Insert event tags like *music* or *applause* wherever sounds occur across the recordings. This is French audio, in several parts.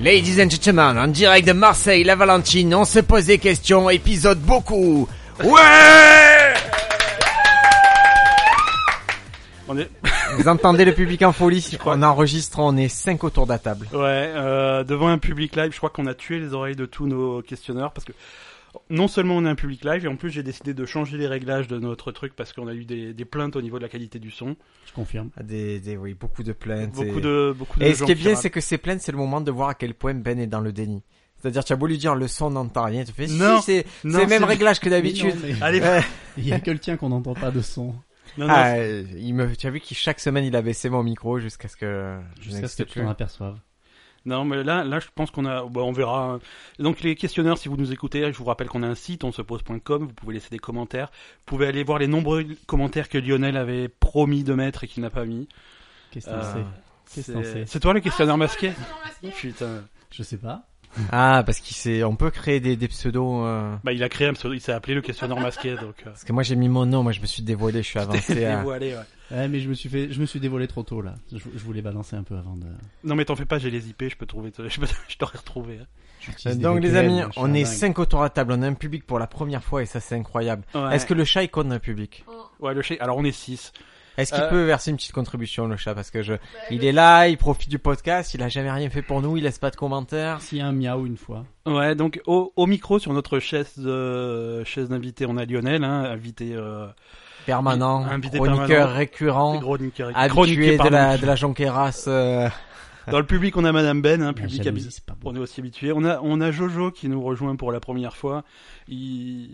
Ladies and gentlemen, en direct de Marseille, la Valentine, on se pose des questions, épisode beaucoup. Ouais On est... Vous entendez le public en folie crois. En enregistrant, on est cinq autour de la table. Ouais, euh, devant un public live, je crois qu'on a tué les oreilles de tous nos questionneurs parce que non seulement on a un public live et en plus j'ai décidé de changer les réglages de notre truc parce qu'on a eu des, des plaintes au niveau de la qualité du son. Je confirme. Ah, Des, des, oui, beaucoup de plaintes. Beaucoup et- de beaucoup de Et ce gens qui est bien, pirates. c'est que ces plaintes, c'est le moment de voir à quel point Ben est dans le déni. C'est-à-dire, tu as beau lui dire le son n'entend rien, tu fais Non, si, c'est non, c'est le même c'est- réglage que Mais d'habitude. non, mais Allez, Euh, Il y a que le tien qu'on n'entend pas de son. non, non, ah, euh, il me, tu as vu qu'il chaque semaine il a baissé mon micro jusqu'à ce que je Jusqu'à ce que n'existe tu plus. t'en aperçoives. Non, mais là, là, je pense qu'on a, bah, on verra. hein. Donc les questionneurs, si vous nous écoutez, je vous rappelle qu'on a un site, on se pose.com. Vous pouvez laisser des commentaires. Vous pouvez aller voir les nombreux commentaires que Lionel avait promis de mettre et qu'il n'a pas mis. Qu'est-ce que Euh, c'est Qu'est-ce que c'est- c'est Ah, C'est toi le questionneur masqué masqué. Putain. Je sais pas. Ah, parce qu'il s'est, on peut créer des, des pseudos. euh, Bah, il a créé un pseudo, il s'est appelé le questionneur masqué, donc. Euh... Parce que moi j'ai mis mon nom, moi je me suis dévoilé, je *laughs* suis avancé. à- dévoilé, ouais. Ouais, mais je me suis fait, je me suis dévoilé trop tôt là. Je, je voulais balancer un peu avant de. Non, mais t'en fais pas, j'ai les IP, je peux trouver, je, peux- *laughs* je t'aurais retrouvé. hein. j'utilise des Donc les VPN, amis, je suis on un est dingue. cinq autour à table, on a un public pour la première fois et ça c'est incroyable. Ouais. Euh, Est-ce que le chat il compte dans le public Ouais, le chien, alors on est 6. Est-ce qu'il Euh. peut verser une petite contribution le chat parce que je, il est là, il profite du podcast, il a jamais rien fait pour nous, il laisse pas de commentaires. S'il y a Ah, un miaou une fois. Ouais, donc au, au micro, sur notre chaise, euh, chaise d'invité, on a Lionel, hein, invité, euh, Permanent, Invité chroniqueur permanent. récurrent, chroniqueur, habitué chroniqué, de pardon. la, de la jonquérasse. euh, *laughs* Dans le public, on a Madame Ben, hein, La Ah, public jalousie, habi- Ah, c'est pas bon. On est aussi habitué. On a, on a Jojo qui nous rejoint pour la première fois. Il,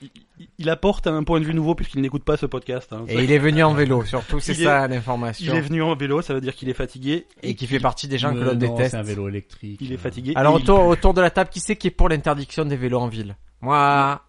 il, il apporte un point de vue nouveau puisqu'il n'écoute pas ce podcast. hein. Et il est venu en vélo, surtout, c'est Il est- ça Il l'information. est venu en vélo, ça veut dire qu'il est fatigué. Et qui fait partie des gens que l'on Euh, non, déteste. C'est un vélo électrique. euh, Il est fatigué. Alors Et il- autour, autour de la table, qui c'est qui est pour l'interdiction des vélos en ville Moi.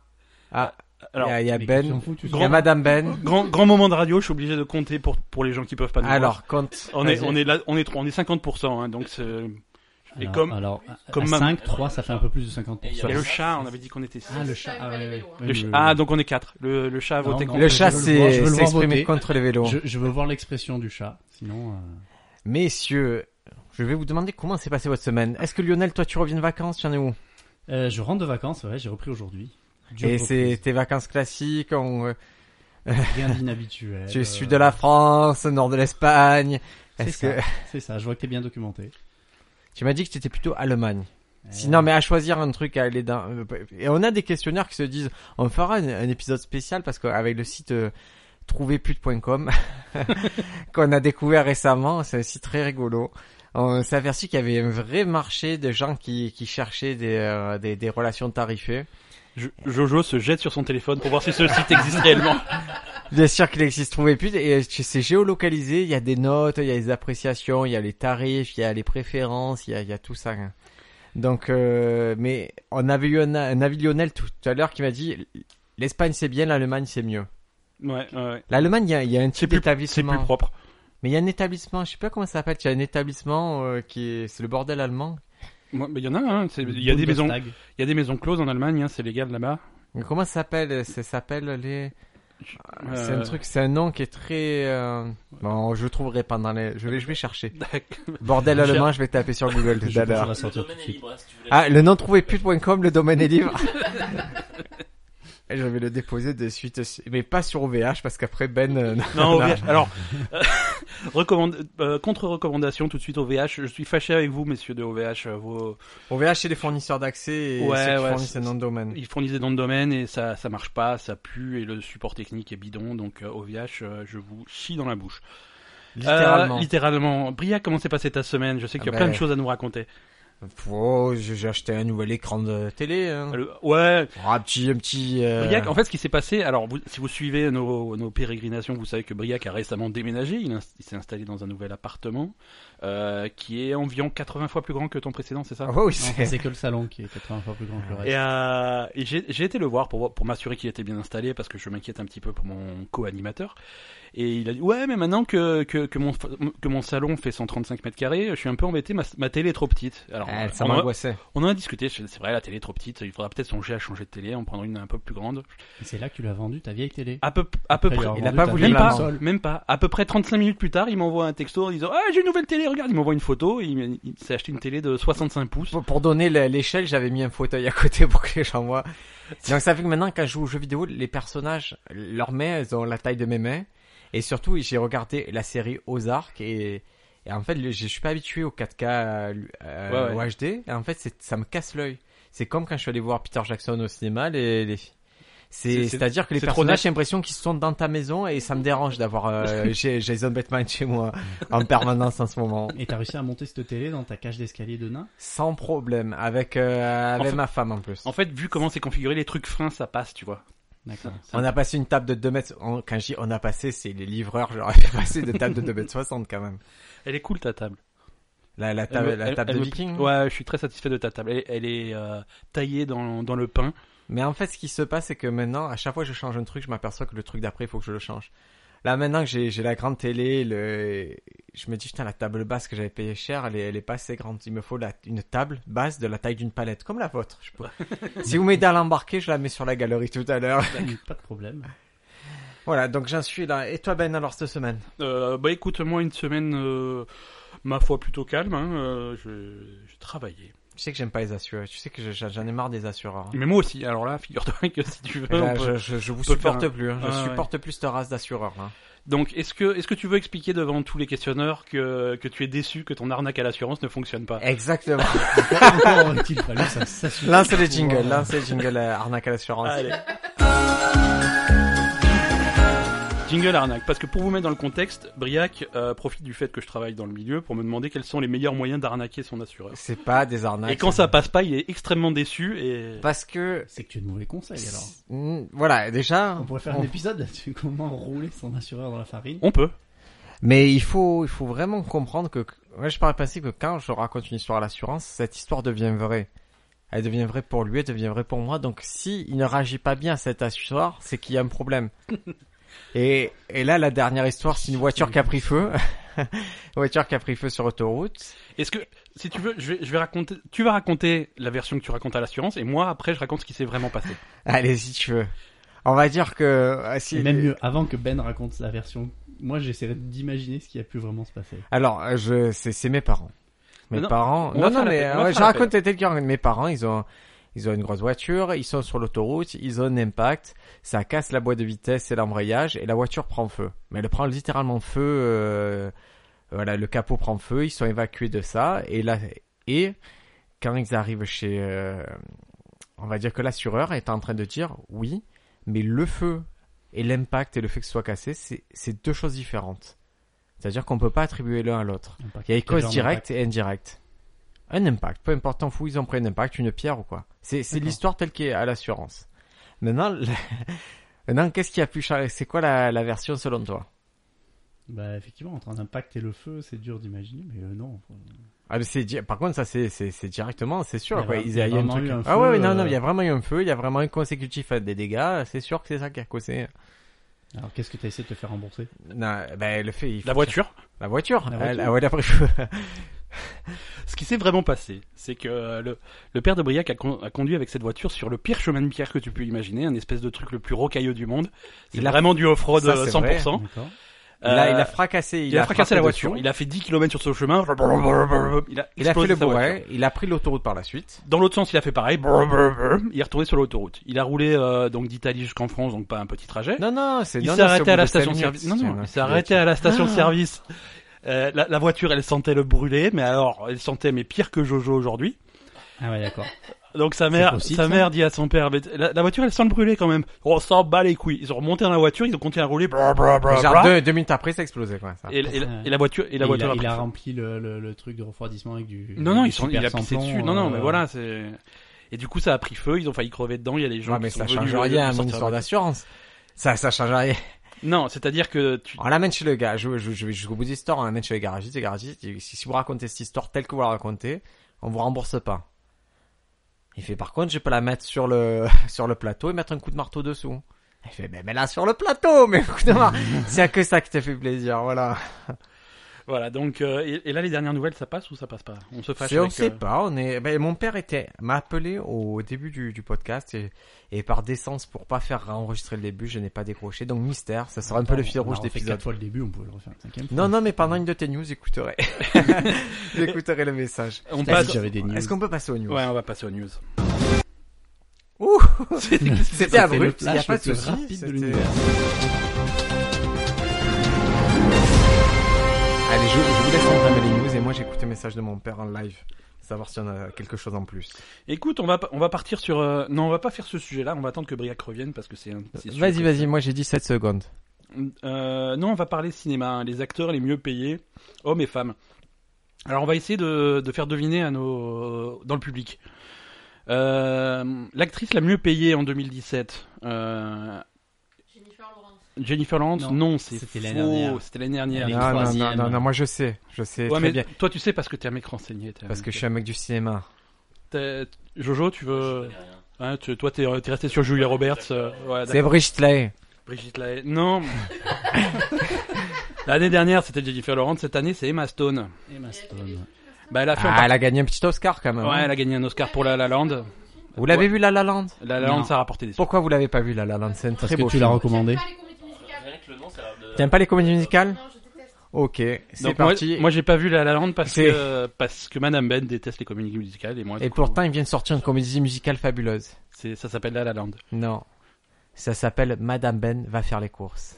Ah, il alors, y a, il y a mais Ben, tu t'en fous, tu il sais. y a Madame Ben. Grand, grand moment de radio, je suis obligé de compter pour, pour les gens qui peuvent pas nous voir. Alors, compte. On est, Vas-y. on est là, on est trois, on est 50%, hein, donc c'est, et Alors, comme, alors, comme comme ma- 5, 3, ça fait un peu plus de 50%. il y a le chat, on avait dit qu'on était six. Ah, le chat. Ah, ouais, ouais, ouais. Le ch- Oui, ah, oui, donc on est quatre. Le, le chat a Non, voté non. contre. Le je chat veux le voir, je veux s'est le voir exprimé voter. contre les vélos. oui. je, je veux voir l'expression du chat. Sinon, euh, Messieurs, je vais vous demander comment s'est passée votre semaine. Est-ce que Lionel, toi, tu reviens de vacances Tu en es où euh, je rentre de vacances. Ouais, j'ai repris aujourd'hui. Dure Et reprise. c'est tes vacances classiques on, euh, rien d'inhabituel. Tu es euh, sud de la France, nord de l'Espagne. C'est Est-ce que ça, c'est ça. Je vois que t'es bien documenté. *laughs* tu m'as dit que tu étais plutôt Allemagne *laughs* Sinon, mais à choisir un truc à aller dans. Et on a des questionnaires qui se disent, on fera un, un épisode spécial parce qu'avec le site euh, trouverpute.com *laughs* qu'on a découvert récemment, c'est un site très rigolo. On s'est aperçu qu'il y avait un vrai marché de gens qui, qui cherchaient des, euh, des, des relations tarifées. Jo- Jojo se jette sur son téléphone pour voir si *laughs* ce site existe réellement. Bien sûr qu'il existe Trouverpute et euh, c'est géolocalisé, il y a des notes, il y a les appréciations, il y a les tarifs, il y a les préférences, il y a, il y a tout ça. hein. Donc, euh, mais on avait eu un, un avis Lionel tout à l'heure qui m'a dit l'Espagne c'est bien, l'Allemagne c'est mieux. Ouais, ouais. L'Allemagne, il y a, il y a un C'est type plus, c'est d'établissement. plus propre. Mais il y a un établissement, je sais pas comment ça s'appelle, il y a un établissement euh, qui est, c'est le bordel allemand. Ouais, mais il y en a, hein. Euh, c'est- Il y a des maisons, Bundestag. il y a des maisons closes en Allemagne, hein, c'est légal là-bas. Mais comment ça s'appelle Ça s'appelle les. Euh, C'est un *laughs* truc, c'est un nom qui est très. euh, Bon, je le trouverai pendant les. Je vais, je vais *laughs* chercher. Bordel Cher- allemand, *laughs* je vais taper sur Google tout Je à pense qu'on l'heure. va sortir tout de suite. Ah, le nom trouvépulte.com, le domaine est *laughs* libre. Et Eh, je vais le déposer de suite, su- mais pas sur OVH parce qu'après Ben. euh, *laughs* Non, OVH. alors, *laughs* euh, recommande- euh, contre-recommandation tout de suite au VH. Je suis fâché avec vous, messieurs de OVH. euh, Vos, OVH c'est les fournisseurs d'accès et Ouais, ceux qui ouais, fournissent c'est- Euh, un nom de domaine. Ils fournissent des noms de domaine et ça ça marche pas, ça pue et le support technique est bidon. Donc euh, OVH, euh, je vous chie dans la bouche. Littéralement. Euh, littéralement. Bria, comment s'est passée ta semaine Je sais qu'il y a Ah plein ben. de choses à nous raconter. Oh, j'ai j'ai acheté un nouvel écran de télé. hein. Euh, Le- ouais. Oh, un petit, un petit. euh, Briac, en fait, ce qui s'est passé, alors vous- si vous suivez nos, nos pérégrinations, vous savez que Briac a récemment déménagé. Il, ins- il s'est installé dans un nouvel appartement euh, qui est environ 80 fois plus grand que ton précédent, c'est ça Oh, oui, Non, c'est- c'est que le salon qui est 80 fois plus grand que le reste. Et, euh, et j'ai j'ai été le voir pour, voir- pour m'assurer qu'il était bien installé parce que je m'inquiète un petit peu pour mon co-animateur. Et il a dit Ouais, mais maintenant que, que, que, mon, fa- que mon salon fait 135 mètres carrés, je suis un peu embêté, ma, ma télé est trop petite. Alors, Alors, *laughs* Ah, ça on, en a, m'angoissait. on en a discuté, c'est c'est vrai, la télé est trop petite, il faudra peut-être songer à changer de télé, en prendre une un peu plus grande. Et c'est là que tu l'as vendu ta vieille télé. À peu, à peu Après, près, avoir il a vendu pas ta voulu même vieille la pas, vendre. console. même pas. À peu près 35 minutes plus tard, il m'envoie un texto en disant Ah, j'ai une nouvelle télé, regarde. Il m'envoie une photo, il, il s'est acheté une télé de 65 pouces. Pour, pour donner la- l'échelle, j'avais mis un fauteuil à côté pour que les gens *laughs* voient. Donc ça fait que maintenant, quand je joue aux jeux vidéo, les personnages, leurs mains, elles ont la taille de mes mains. Et surtout, j'ai regardé la série Ozark et, et en fait, le- je suis pas habitué au 4K euh, euh, Ouais, ouais. au HD. Et en fait, c'est- ça me casse l'œil. C'est comme quand je suis allé voir Peter Jackson au cinéma, les, les- C'est- C'est, c'est- c'est-à-dire que les c'est trop personnages, net. j'ai l'impression qu'ils sont dans ta maison et ça me dérange d'avoir *laughs* euh, j'ai- Jason Bateman chez moi en permanence en ce moment. Et t'as réussi à monter cette télé dans ta cage d'escalier de nain Sans problème, avec, euh, avec fait- ma femme en plus. En fait, vu comment c'est configuré, les trucs freins, ça passe, tu vois. D'accord. On a passé une table de 2 mètres, on- quand je dis on a passé, c'est les livreurs, j'aurais *laughs* fait passer de table de 2 mètres 60 quand même. Elle est cool ta table. La, la, Elle table- me- la elle- table elle de me- viking. Ouais, je suis très satisfait de ta table. Elle, elle est euh, taillée dans, dans le pain. Mais en fait, ce qui se passe, c'est que maintenant, à chaque fois que je change un truc, je m'aperçois que le truc d'après, il faut que je le change. Là, maintenant que j'ai j'ai la grande télé, le... je me dis, putain, la table basse que j'avais payée cher, elle est, elle est pas assez grande. Il me faut la- une table basse de la taille d'une palette, comme la *laughs* vôtre. Je peux- si vous m'aidez à l'embarquer, je la mets sur la galerie tout à l'heure. *laughs* *laughs* Pas de problème. voilà, donc j'en suis là. Et toi, Ben, alors, cette semaine Euh, bah écoute, moi une semaine, euh, ma foi plutôt calme. Hein, euh, je, je travaillais. Tu sais que j'aime pas les assureurs. Tu sais que je- j'en ai marre des assureurs. hein. Mais moi aussi. Alors là, *laughs* figure-toi que si tu veux. Et là, on peut- je, je, je vous peut faire supporte un- plus. hein. Je Ah, ouais. supporte plus cette race d'assureurs. hein. Donc est-ce que est-ce que tu veux expliquer devant tous les questionneurs que que tu es déçu que ton arnaque à l'assurance ne fonctionne Eh, pas *laughs* Exactement. Encore aurait-il *laughs* fallu ça, ça suffit Lance les pour, jingles. euh, Lance les jingles euh, arnaque à l'assurance. Allez. Jingle arnaque, parce que pour vous mettre dans le contexte, Briac euh, profite du fait que je travaille dans le milieu pour me demander quels sont les meilleurs moyens d'arnaquer son assureur. C'est pas des arnaques. Et quand ça passe pas, il est extrêmement déçu et... Parce que C'est que tu as de mauvais conseils alors. Mm, voilà déjà. On pourrait faire on- un épisode là-dessus, *laughs* comment rouler son assureur dans la farine. On peut. Mais il faut il faut vraiment comprendre que que- moi je parle principe que quand je raconte une histoire à l'assurance, cette histoire devient vraie. Elle devient vraie pour lui, elle devient vraie pour moi. Donc si il ne réagit pas bien à cette histoire, c'est qu'il y a un problème. Et, et là, la dernière histoire, c'est une voiture qui a pris feu. *laughs* une voiture qui a pris feu sur autoroute. Est-ce que, si tu veux, je vais, je vais raconter... Tu vas raconter la version que tu racontes à l'assurance et moi, après, je raconte ce qui s'est vraiment passé. Allez, si tu veux. On va dire que ah, si- Et même mieux, avant que Ben raconte sa version, moi j'essaierai d'imaginer ce qui a pu vraiment se passer. Alors, euh, je c'est c'est mes parents. Mes Mais non, parents. on Non va faire non la mais paix, on euh, va ouais, faire je la raconte tel que mes parents, ils ont ils ont une grosse voiture, ils sont sur l'autoroute, ils ont un impact, ça casse la boîte de vitesse et l'embrayage et la voiture prend feu. Mais elle prend littéralement feu euh, voilà, le capot prend feu, ils sont évacués de ça et là et quand ils arrivent chez euh, on va dire que l'assureur est en train de dire oui, mais le feu et l'impact et le fait que ce soit cassé, c'est- c'est deux choses différentes. C'est-à-dire qu'on peut pas attribuer l'un à l'autre. Il y a les causes directes et indirectes. Un impact, peu importe, t'en fous, ils ont pris un impact, une pierre ou quoi. C'est, c'est D'accord. l'histoire telle qu'elle est à l'assurance. Maintenant, *laughs* le- maintenant qu'est-ce qui a pu changer C'est quoi la, la version selon toi Bah effectivement, entre un impact et le feu, c'est dur d'imaginer, mais euh, non. ah, mais c'est, di- Par contre, ça c'est, c'est, c'est directement, c'est Il y sûr. a Quoi. vra- Ils- il y a eu un vraiment truc- eu un ah ouais, feu, ouais, non, non, euh. il y a vraiment eu un feu, il y a vraiment un consécutif à des dégâts, c'est sûr que c'est ça qui a causé. Alors qu'est-ce que t'as essayé de te faire rembourser Non, ben, le fait, il faut- La voiture La voiture, La elle- voiture. ah ouais, elle a pris feu. Ce qui s'est vraiment passé, c'est que euh, le, le père de Briac a, con- a conduit avec cette voiture sur le pire chemin de pierre que tu peux imaginer, un espèce de truc le plus rocailleux du monde. C'est Il a- vraiment du off-road Ça, euh, c'est 100%. D'accord. *laughs* Il a, il Euh, a fracassé, il, il a fracassé frappé la dessus. voiture, il a fait 10 km sur ce chemin, il a, Il a fait explosé le sa voiture. bourré, il a pris l'autoroute par la suite. Dans l'autre sens, il a fait pareil, il est retourné sur l'autoroute. Il a roulé euh, donc d'Italie jusqu'en France, donc pas un petit trajet. Non, non, c'est Il non, non, s'est c'est au arrêté à bout la de cinq station de minutes. service. Non, non, Tiens, il s'est là, arrêté à la station de service. Euh, la, la voiture, elle sentait le brûler, mais alors, elle sentait mais pire que Jojo aujourd'hui. Ah ouais, d'accord. Donc sa C'est mère, possible, sa ça mère dit à son père, mais la, la voiture elle sent le brûler quand même. On s'en bat les couilles. Ils ont remonté dans la voiture, ils ont continué à rouler. bra, bra, bra, Genre bra. deux, deux minutes après, ça explosait quoi. Ça. et, et- et la voiture, et la Et voiture. il a, il pris a feu. rempli le, le- le truc de refroidissement avec du. Non non, du ils sont, super il a pissé samplon, dessus. Non non, mais euh, voilà c'est. Et du coup, ça a pris feu. Ils ont failli crever dedans. Il y a des gens Ouais, qui mais sont ça venus change au lieu de rien à mon sortir histoire la- d'assurance. Ça, ça change rien. Non, c'est-à-dire que tu. On l'amène chez le gars. Je, je, je vais jusqu'au bout de l'histoire. hein. On l'amène chez le garagiste. Le garagiste, il dit, si si vous racontez cette histoire telle que vous la racontez, on vous rembourse pas. Il fait, par contre, je peux la mettre sur le, *laughs* sur le plateau et mettre un coup de marteau dessous. Il *laughs* fait, mais, mais là, sur le plateau, mais un coup de marteau. C'est à que ça qui t'a fait plaisir, voilà. Voilà, donc, euh, et, et là, les dernières nouvelles, ça passe ou ça passe pas On se fâche C'est- on avec, sait euh, pas. On est. Ben, mon père était m'a appelé au début du, du podcast et, et par décence pour pas faire enregistrer le début, je n'ai pas décroché. Donc mystère, ça sera un peu le fil On a rouge refait d'épisode. quatre fois le début, on pouvait le refaire une cinquième fois. Non, non, mais pendant une de tes news, j'écouterai. j'écouterai le message. On Ah, passe. si j'avais des news. Est-ce qu'on peut passer aux news Ouais, on va passer aux news. Ouh *laughs* C'était Ça fait le abrupt, il n'y a flash pas le de plus souci. rapide de c'était- l'univers. Allez, je, je vous laisse entamer les news et moi j'écoute le message de mon père en live. Savoir si on a quelque chose en plus. Écoute, on va, on va partir sur. euh, Non, on va pas faire ce sujet-là. On va attendre que Briac revienne parce que c'est. un- c'est sûr Vas-y, que- vas-y, moi j'ai dit 7 secondes. Euh, non, on va parler cinéma, hein, les acteurs les mieux payés, hommes et femmes. Alors, on va essayer de, de faire deviner à nos, dans le public. Euh, L'actrice la mieux payée en 2017, euh, Jennifer Lawrence. Jennifer Lawrence. Non, Non, c'est c'était faux, l'année dernière. C'était l'année dernière. Elle est Non, non, non, troisième. non, non, moi je sais, je sais Ouais, très mais bien. toi, tu sais parce que t'es un mec renseigné. t'es un Parce que mec- je suis un mec du cinéma. t'es- Jojo, tu veux. Je connais rien. hein, tu- toi, t'es es resté sur Julia Roberts. euh, ouais, C'est Brigitte Lay. Brigitte Lahaye. *laughs* Non. L'année dernière, c'était Jennifer Lawrence. Cette année, c'est Emma Stone. Emma Stone. Bah, elle a fait. un Ah, bah elle a gagné un petit Oscar quand même. hein. par- Ouais, elle a gagné un Oscar pour La La Land. Vous l'avez vu La La Land La La Land, Non. ça a rapporté des sous. Pourquoi vous l'avez pas vu La La Land C'est un Parce très que beau tu l'as film. recommandé. J'aime pas les comédies musicales. Rien que le nom, ça a l'air de. T'aimes pas les comédies musicales Non, je déteste. Ok, c'est Donc, moi- parti. Moi, j'ai pas vu La La Land parce C'est- que, parce que Madame Ben déteste les comédies musicales et moi. Et du coup, pourtant, il vient de sortir une comédie musicale fabuleuse. c'est- ça s'appelle La La Land. Non. Ça s'appelle Madame Ben va faire les courses.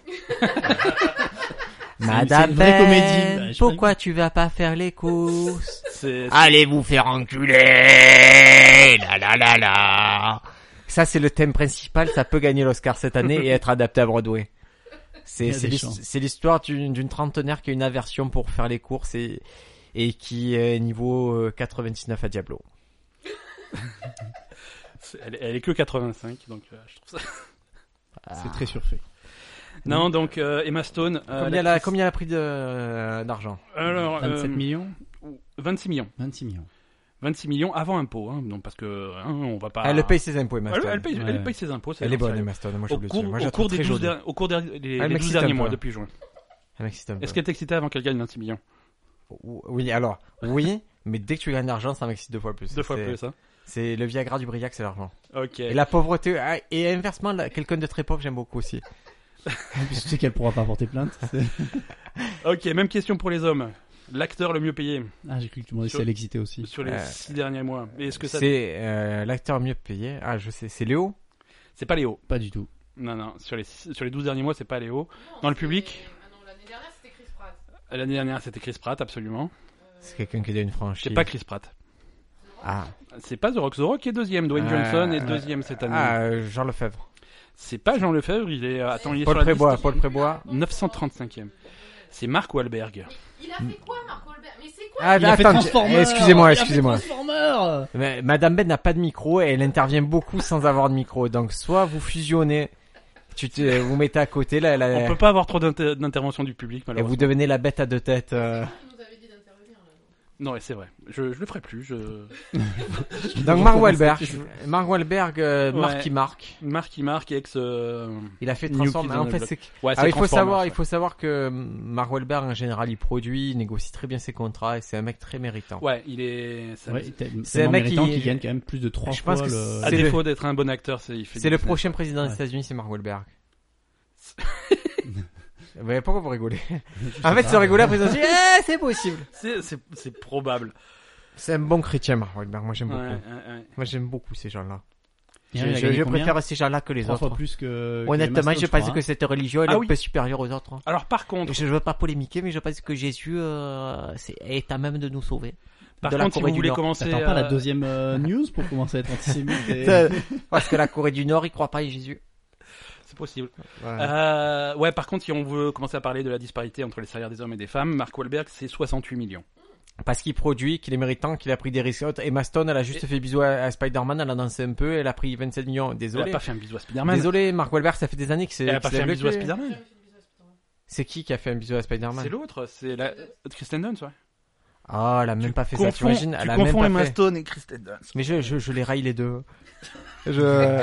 Madame vraie Ben, comédie. Bah, je sais pas. pourquoi tu vas pas faire les courses C'est. *laughs* Allez vous faire enculer La la la la Ça c'est le thème principal, ça peut gagner l'Oscar cette année et être adapté à Broadway. Il y C'est a c'est des l'his- chances. c'est l'histoire d'une d'une trentenaire qui a une aversion pour faire les courses et, et qui est niveau euh, 99 à Diablo. c'est- Elle, elle est que 85, donc euh, je trouve ça. Ah. C'est très surfait. Non, donc euh, Emma Stone. euh, combien, elle a, l'actrice- combien elle a pris de, euh, d'argent Alors, euh, 27 millions 26 millions. *laughs* 26 millions. 26 millions avant impôt, hein, non, parce que hein, on va pas. Elle paye ses impôts, Emma Elle, Stone. elle paye, Ouais. elle paye ses impôts. c'est Elle est bonne, sérieux. Emma Stone. Moi, je Au le cours, Moi, au je la cours trouve des très 12, jolie. Ah, derni- au cours des les- Elle les m'excite 12 un derniers peu. mois depuis juin. Elle m'excite un peu. Est-ce qu'elle t'excitait avant qu'elle gagne 26 millions Oui, alors, oui, mais dès que tu gagnes de l'argent, ça m'excite deux fois plus. Deux fois C'est- plus, hein C'est le Viagra du Briac, c'est l'argent. Ok. Et la pauvreté, ah, et inversement, la- quelqu'un de très pauvre, j'aime beaucoup aussi. En plus, tu sais qu'elle pourra pas *laughs* porter plainte. Ok, même question pour les hommes. L'acteur le mieux payé Ah, j'ai cru que tu m'aurais Sur- si elle excitait aussi. sur les Euh, 6 derniers mois. Et Est-ce que ça C'est euh, l'acteur mieux payé. Ah, je sais, c'est Léo. C'est pas Léo. Pas du tout. Non, non, sur les, six- sur les 12 derniers mois, c'est pas Léo. Non, Dans le c'est- public Ah non, l'année dernière, c'était Chris Pratt. L'année dernière, c'était Chris Pratt, absolument. Euh, C'est quelqu'un qui a une franchise. C'est pas Chris Pratt. Ah, C'est pas The Rock. The Rock est deuxième. Dwayne Euh, Johnson est euh, deuxième cette année. ah euh, Jean Lefebvre. C'est pas Jean Lefebvre, il est. euh, Attends, il est Paul sur la liste. Prébois, Paul Prébois. 935e. C'est Mark Wahlberg. Mais il Mm. a fait quoi, Mark Wahlberg Mais c'est quoi Ah, Il a fait attends, Transformer excusez-moi, Il a fait excusez-moi. Transformer Mais Madame Ben n'a pas de micro et elle intervient beaucoup sans avoir de micro. Donc, soit vous fusionnez, tu te, vous mettez à côté, là, là, On peut pas avoir trop d'inter- d'intervention du public, Eh. et vous malheureusement. devenez la bête à deux têtes. euh. Hein Il nous avait dit d'intervenir. là. Non, ouais, c'est vrai. Je, je le ferai plus. Je... Donc, Mark Wahlberg. Mark Wahlberg, euh, Ouais. Marky Mark. Mark, il marque ex. euh, Il a fait New Kids Transformers. on En the fait, Block. c'est Ouais, Ah, c'est il faut savoir, Transformers, il faut savoir que hum, Mark Wahlberg en général il produit, il négocie très bien ses contrats et c'est un mec très méritant. Ouais, il est. ça- Ouais, t'es- C'est un tellement mec méritant qui- qu'il gagne quand même plus de 3 Je fois pense que le... Ah, À c'est défaut d'être un bon acteur, c'est il fait. c'est du le business. prochain président des Ouais. États-Unis, c'est Mark *laughs* Wahlberg. C'est- Mais pourquoi vous *laughs* rigolez Je sais En fait, pas, se rigoler mais- après ils ont dit, Eh, c'est possible. C'est- C'est c'est probable. C'est un bon chrétien, Mark Wahlberg. Moi j'aime Ouais, beaucoup. ouais, ouais. Moi j'aime beaucoup ces gens-là. Il Je, a je- gagné je combien préfère ces gens-là que les Trois autres. fois plus que. Honnêtement, je pense hein. que cette religion elle est Ah un oui. peu supérieure aux autres. Alors par contre, Je ne veux pas polémiquer, mais je pense que Jésus euh, c'est- est à même de nous sauver. par de la contre, si Corée vous du voulez Nord. commencer, T'attends pas la euh, *laughs* deuxième euh, news pour commencer à être antisémite. et- Parce que la Corée du Nord, ils croient pas en Jésus. c'est possible. Voilà. Euh, ouais, par contre, si on veut commencer à parler de la disparité entre les salaires des hommes et des femmes, Mark Wahlberg, c'est 68 millions. Parce qu'il produit, qu'il est méritant, qu'il a pris des risques. Emma Stone, elle a juste fait bisous à, à Spider-Man, elle a dansé un peu, elle a pris 27 millions. Elle a Désolé. pas fait un bisou à Spider-Man. Désolé, Mark Wahlberg, ça fait des années que c'est. Elle a pas qu'il fait un lève le bisou à cul. J'ai Spider-Man. jamais fait de bisous à ce temps. C'est qui qui a fait un bisou à C'est Spider-Man l'autre, c'est la Kristen Dunst, ouais. Ah, elle a même pas fait ça, Confonds- t'imagines tu Elle a même confonds pas Emma fait. Stone et Kristen Dunst. Mais je, je, je les raille les deux. *laughs* Je...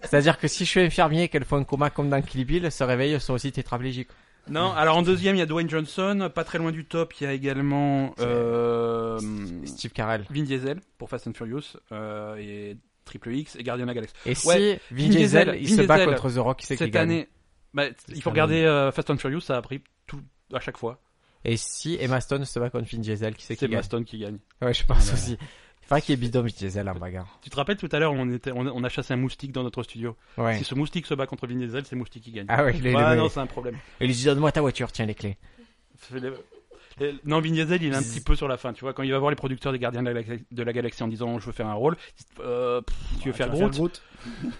C'est-à-dire que si je suis infirmier et qu'elles font un coma comme dans Kill Bill, elles se réveillent, elles sont aussi tétraplégiques. Non, alors en deuxième, il y a Dwayne Johnson. Pas très loin du top, il y a également euh, Steve Carell. Vin Diesel pour Fast and Furious euh, et Triple X et Guardian of la Galaxie. Et si Ouais, Vin Vin Diesel, Diesel, il se Vin bat Diesel, contre The Rock, c'est qu'il Cette gagne. année, bah, il faut ça, regarder euh, Fast and Furious, ça a pris tout à chaque fois. Et si Emma Stone se bat contre Vin Diesel, qui c'est C'est qui gagne Maston qui gagne. Ouais, je pense Ouais. aussi. Il faudrait qu'il y ait bidon Vin Diesel en bagarre. Tu te rappelles tout à l'heure, on, était, on, on a chassé un moustique dans notre studio. Ouais. Si ce moustique se bat contre Vin Diesel, c'est moustique qui gagne. Ah ouais, il est Ah le- non, c'est un problème. Il lui dit donne-moi ta voiture, tiens les clés. Fais les- les- Non, Vin Diesel, il est un Zzz. petit peu sur la fin. Tu vois, quand il va voir les producteurs des Gardiens de la, Galaxie- de la Galaxie en disant je veux faire un rôle, euh, pff, tu veux faire Groot,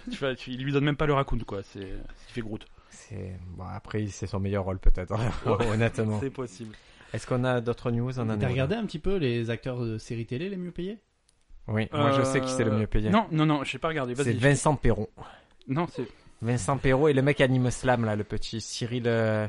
tu vas- tu- il lui donne même pas le raccoon quoi. C'est il fait Groot. C'est bon après c'est son meilleur rôle peut-être. hein, *laughs* Honnêtement. C'est possible. Est-ce qu'on a d'autres news en T'as année regardé un petit peu les acteurs de séries télé les mieux payés Oui, moi je sais qui c'est le mieux payé. Euh, Non, non, non, j'ai pas regardé. C'est Vas-y. Vincent Perron. Non, c'est Vincent Perron et le mec anime slam là, le petit Cyril euh,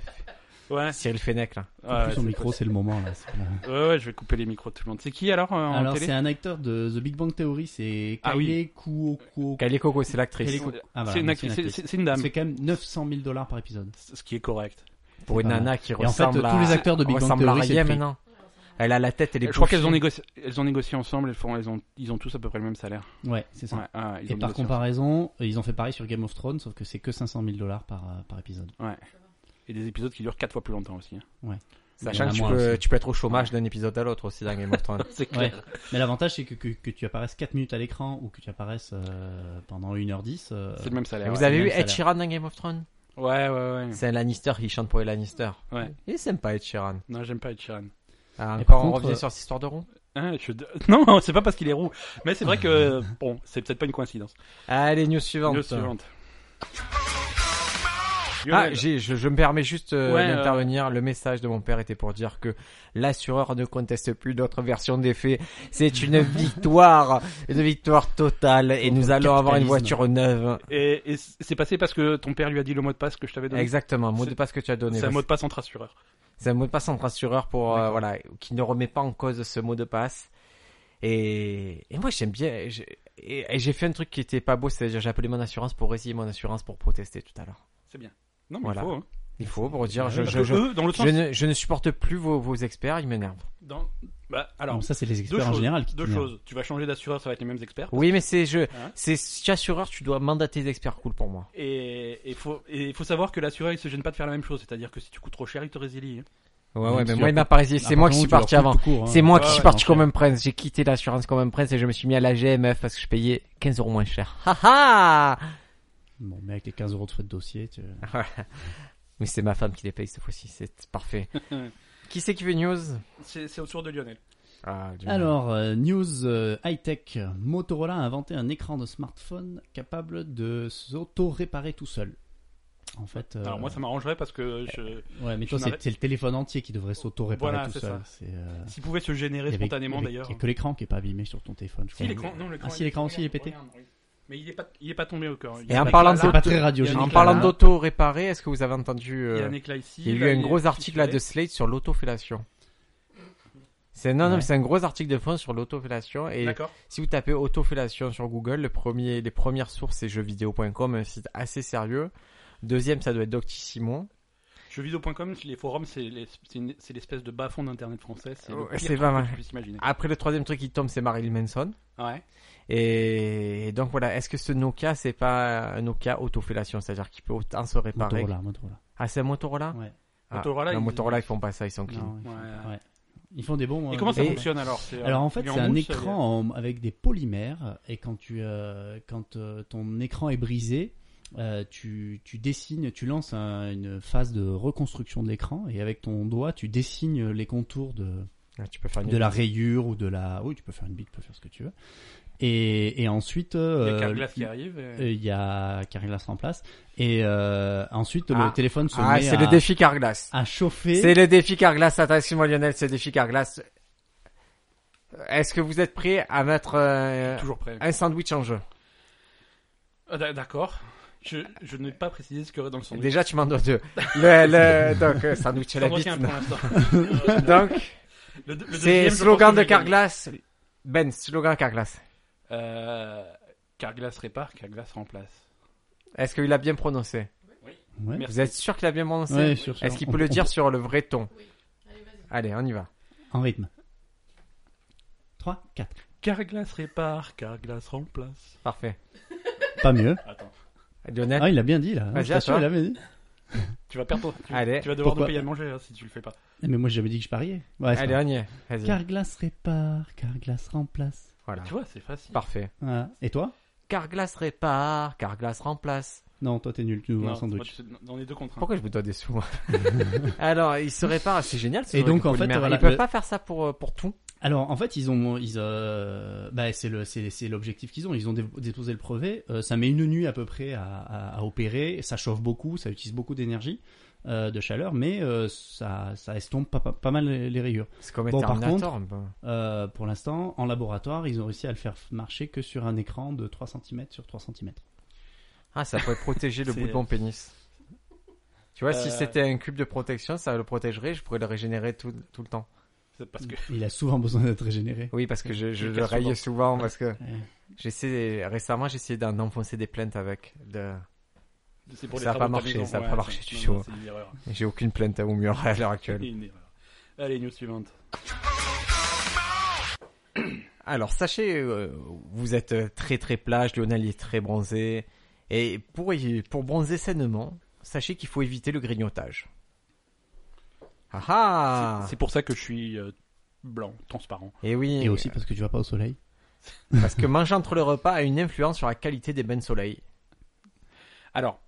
ouais. Cyril Fenech là. En ouais, plus, son c'est micro, c'est le moment là. c'est pas- possible. Ouais, ouais, je vais couper les micros de tout le monde. C'est qui alors euh, en Alors, télé c'est un acteur de The Big Bang Theory, c'est Ah Kylie oui. Kuo Kuo. Kylie Coco, c'est l'actrice. Kylie Kuo- Ah, voilà, C'est une actrice, c'est- actrice. c'est c'est une dame. C'est quand même 900 000 dollars par épisode. Ce qui est correct. Pour une Voilà. nana qui Ah. Et en fait, ressemble à tous les acteurs de Big Bang ressemble à Theory, c'est rien pris. maintenant. Ouais, on s'en va. Elle a la tête et les Je crois bouches. qu'elles ont négocié, elles ont négocié ensemble. Elles font, elles ont, ils ont tous à peu près le même salaire. Ouais, c'est ça. Ouais, ouais, ils Et ont par négocié comparaison, euh, ils ont fait pareil sur Game of Thrones, sauf que c'est que 500 000 dollars par, euh, par épisode. Et des épisodes qui durent 4 fois plus longtemps aussi. hein. Sachant Il y en que a tu moins peux, aussi. tu peux être au chômage d'un épisode à l'autre aussi dans Game of *laughs* Thrones. C'est *laughs* Ouais. Mais l'avantage, c'est que, que, que tu apparaisses 4 minutes à l'écran ou que tu apparaisses euh, pendant 1h10. euh, C'est le même salaire. Vous ouais. avez le vu même Ed salaire. Sheeran dans Game of Thrones Ouais, ouais, ouais. C'est un Lannister qui chante pour les Lannister. Ouais. Il est sympa Ed Sheeran. Non, j'aime pas Ed Sheeran. Ah, Mais encore par on contre, revient euh, sur cette histoire de rond. Hein, je suis de- *laughs* Non, c'est pas parce qu'il est roux. Mais c'est vrai *laughs* que, bon, c'est peut-être pas une coïncidence. Allez, news suivante. Le suivante. Ah, Ah, Lionel. j'ai- je, je me permets juste euh, Ouais, d'intervenir. Le message de mon père était pour dire que l'assureur ne conteste plus notre version des faits. C'est *laughs* une victoire, une victoire totale, et nous bah, le allons avoir une capitalisme. voiture neuve. Et, et c'est passé parce que ton père lui a dit le mot de passe que je t'avais donné. Exactement. Mot de C'est- passe que tu as donné. C'est un mot de passe entre assureurs. C'est un mot de passe entre assureurs pour euh, D'accord. voilà qui ne remet pas en cause ce mot de passe. Et, et moi j'aime bien. j'ai- Et, et j'ai fait un truc qui était pas beau, c'est-à-dire j'ai appelé mon assurance pour résilier mon assurance pour protester tout à l'heure. C'est bien. Non, mais Voilà. il faut. hein. Il faut pour dire je Parce je, que je, eux, dans le je sens. ne, je ne supporte plus vos, vos experts, ils m'énervent. dans- Bah, alors, non, ça, c'est les deux experts en choses. général qui hein. deux t'énervent. choses. Tu vas changer d'assureur, ça va être les mêmes experts. Oui, mais c'est je Hein c'est si assureur, tu dois mandater des experts cool pour moi. Et il faut, et faut savoir que l'assureur, il se gêne pas de faire la même chose. C'est-à-dire que si tu coûtes trop cher, il te résilie. hein. Ouais Donc, ouais, mais tu moi leur il m'a pas résilié, Ah, c'est par moi contre, qui suis tu leur parti coupes avant. tout court, hein. C'est moi Ouais, qui suis ouais, parti non, comme un prince. J'ai quitté l'assurance comme un prince et je me suis mis à la GMF parce que je payais 15 euros moins cher. Haha Bon, mais avec les 15 euros de frais de dossier, tu... Mais c'est ma femme qui les paye cette fois-ci, c'est *laughs* parfait. qui c'est qui veut news C'est c'est au tour de Lionel. ah, du- Alors, euh, news euh, high-tech. Motorola a inventé un écran de smartphone capable de s'auto-réparer tout seul. En fait, euh, Alors moi, ça m'arrangerait parce que je... ouais, mais toi, je c'est n'arrête- c'est le téléphone entier qui devrait s'auto-réparer Voilà, tout c'est seul. ça. C'est, euh, s'il pouvait se il générer y avait- spontanément il y avait- d'ailleurs. Il n'y a que l'écran qui est pas abîmé sur ton téléphone. je Si crois. l'écran, non, l'écran. Ah, si, l'écran aussi, il est pété. regarde, regarde. Mais il est pas, il est pas tombé au cœur. Et en parlant de- C'est pas très radiogénique. En là, parlant hein. d'auto réparé, est-ce que vous avez entendu Il y a euh, un éclat ici. Il y a là, eu un gros est article là de fissuré. Slate sur l'autofellation. C'est non, non, Ouais. mais c'est un gros article de fond sur l'autofellation et D'accord. si vous tapez autofellation sur Google, le premier, les premières sources c'est jeuxvideo.com, un site assez sérieux. Deuxième, ça doit être Doctissimo. Jeuxvideo.com, les forums, c'est les- c'est une- c'est l'espèce de bas-fond d'internet français. C'est le Ouais, pire c'est truc pas que mal. je puisse imaginer. Après, le troisième truc qui tombe, c'est Marilyn Manson. Ouais. Et donc voilà, est-ce que ce Nokia, c'est pas un Nokia autofellation, c'est-à-dire qu'il peut autant se réparer Motorola, Motorola. Ah, c'est un Motorola Ouais. ah, Motorola, non, ils- Motorola, ils font pas ça, ils sont clean. Non, ils font- Ouais. ouais. Ils font des bons. Et euh, comment ça des- fonctionne alors C'est, euh, Alors en fait, il est c'est un mousse, il est- écran en- avec des polymères et quand tu euh, quand euh, ton écran est brisé, euh, tu, tu dessines, tu lances un- une phase de reconstruction de l'écran et avec ton doigt, tu dessines les contours de Ah, tu peux faire une de la rayure ou de la oui, tu peux faire une bite, tu peux faire ce que tu veux. Et, et ensuite Il y euh, a Carglass qui arrive. et- euh, il y a Carglass en place et euh, ensuite Ah. le téléphone se Ah, met c'est à, le défi Carglass. à chauffer. C'est le défi Carglass. Attends, excuse-moi Lionel, c'est le défi Carglass. Est-ce que vous êtes prêts à mettre euh, Toujours prêt. un sandwich en jeu Ah, d- D'accord. Je, je n'ai pas précisé ce qu'il y aurait dans le sandwich. Déjà, tu m'en dois *laughs* deux. Le, le, donc, euh, sandwich à Je la t'en bite. retiens pour non. *laughs* l'instant. Donc, Le deux- le c'est deuxième, je pense slogan que de je vais gagner. Carglass. Ben, slogan Carglass. Euh, Carglass répare, Carglass remplace. Est-ce qu'il a bien prononcé Oui. Ouais. Merci. Vous êtes sûr qu'il a bien prononcé Ouais, sûr, sûr. Est-ce qu'il On- peut le on- dire sur le vrai ton Oui. Allez, vas-y. Allez, on y va. En rythme. 3, 4. Carglass répare, Carglass remplace. Parfait. Pas mieux. Attends, Lionel, Ah, il l'a bien dit là. Vas-y, Je t'assure, à toi. il l'a bien dit. tu vas perdre. ton- Tu, Allez. tu vas devoir Pourquoi nous payer à manger hein, si tu le fais pas. Eh, Mais moi j'avais dit que je pariais. Ouais, c'est allez, pas on y est. Vas-y. grave. Carglass répare, Carglass remplace. Voilà. Tu vois, c'est facile. Parfait. Voilà. Et toi Carglass répare, Carglass remplace. Non, toi t'es nul, tu nous vois Non, un sandwich. moi, tu- on est deux contre un. Pourquoi je vous dois des *laughs* sous moi Alors, il se répare, c'est génial. ce Et donc, en fait, polymère. voilà, ils peuvent le- pas faire ça pour euh, pour tout. Alors en fait ils ont, ils, euh, bah, c'est le, c'est, c'est l'objectif qu'ils ont. Ils ont dé- déposé le brevet. Euh, ça met une nuit à peu près à, à- à opérer. Ça chauffe beaucoup, ça utilise beaucoup d'énergie, euh, de chaleur, mais euh, ça, ça estompe pas, pas- pas mal les, les rayures. C'est comme Bon, par Terminator. un peu. Euh, pour l'instant, en laboratoire, ils ont réussi à le faire marcher que sur un écran de 3 cm sur 3 cm. Ah, ça pourrait protéger le bout de C'est- mon pénis. Tu vois, si Euh. c'était un cube de protection, ça le protégerait. Je pourrais le régénérer tout tout le temps. C'est parce que Il a souvent *laughs* besoin d'être régénéré. Oui, parce que je, je Il le casse raillais souvent parce que j'essaie récemment j'ai essayé d'en enfoncer des plaintes avec. De... c'est pour les Ça a travaux pas de ta marché, maison. ça a Ouais, pas marché c'est- du non, tout. non, C'est une erreur. J'ai aucune plainte au mur *laughs* à l'heure C'est actuelle. une erreur. Allez, news suivante. Alors sachez, euh, vous êtes euh, très très plage, Lionel est très bronzé. Et pour, y- pour bronzer sainement, sachez qu'il faut éviter le grignotage. Ah ah C'est c'est pour ça que je suis euh, blanc, transparent. Et oui, Et aussi parce que tu vas pas au soleil. parce que manger entre le repas a une influence sur la qualité des bains de soleil. Alors,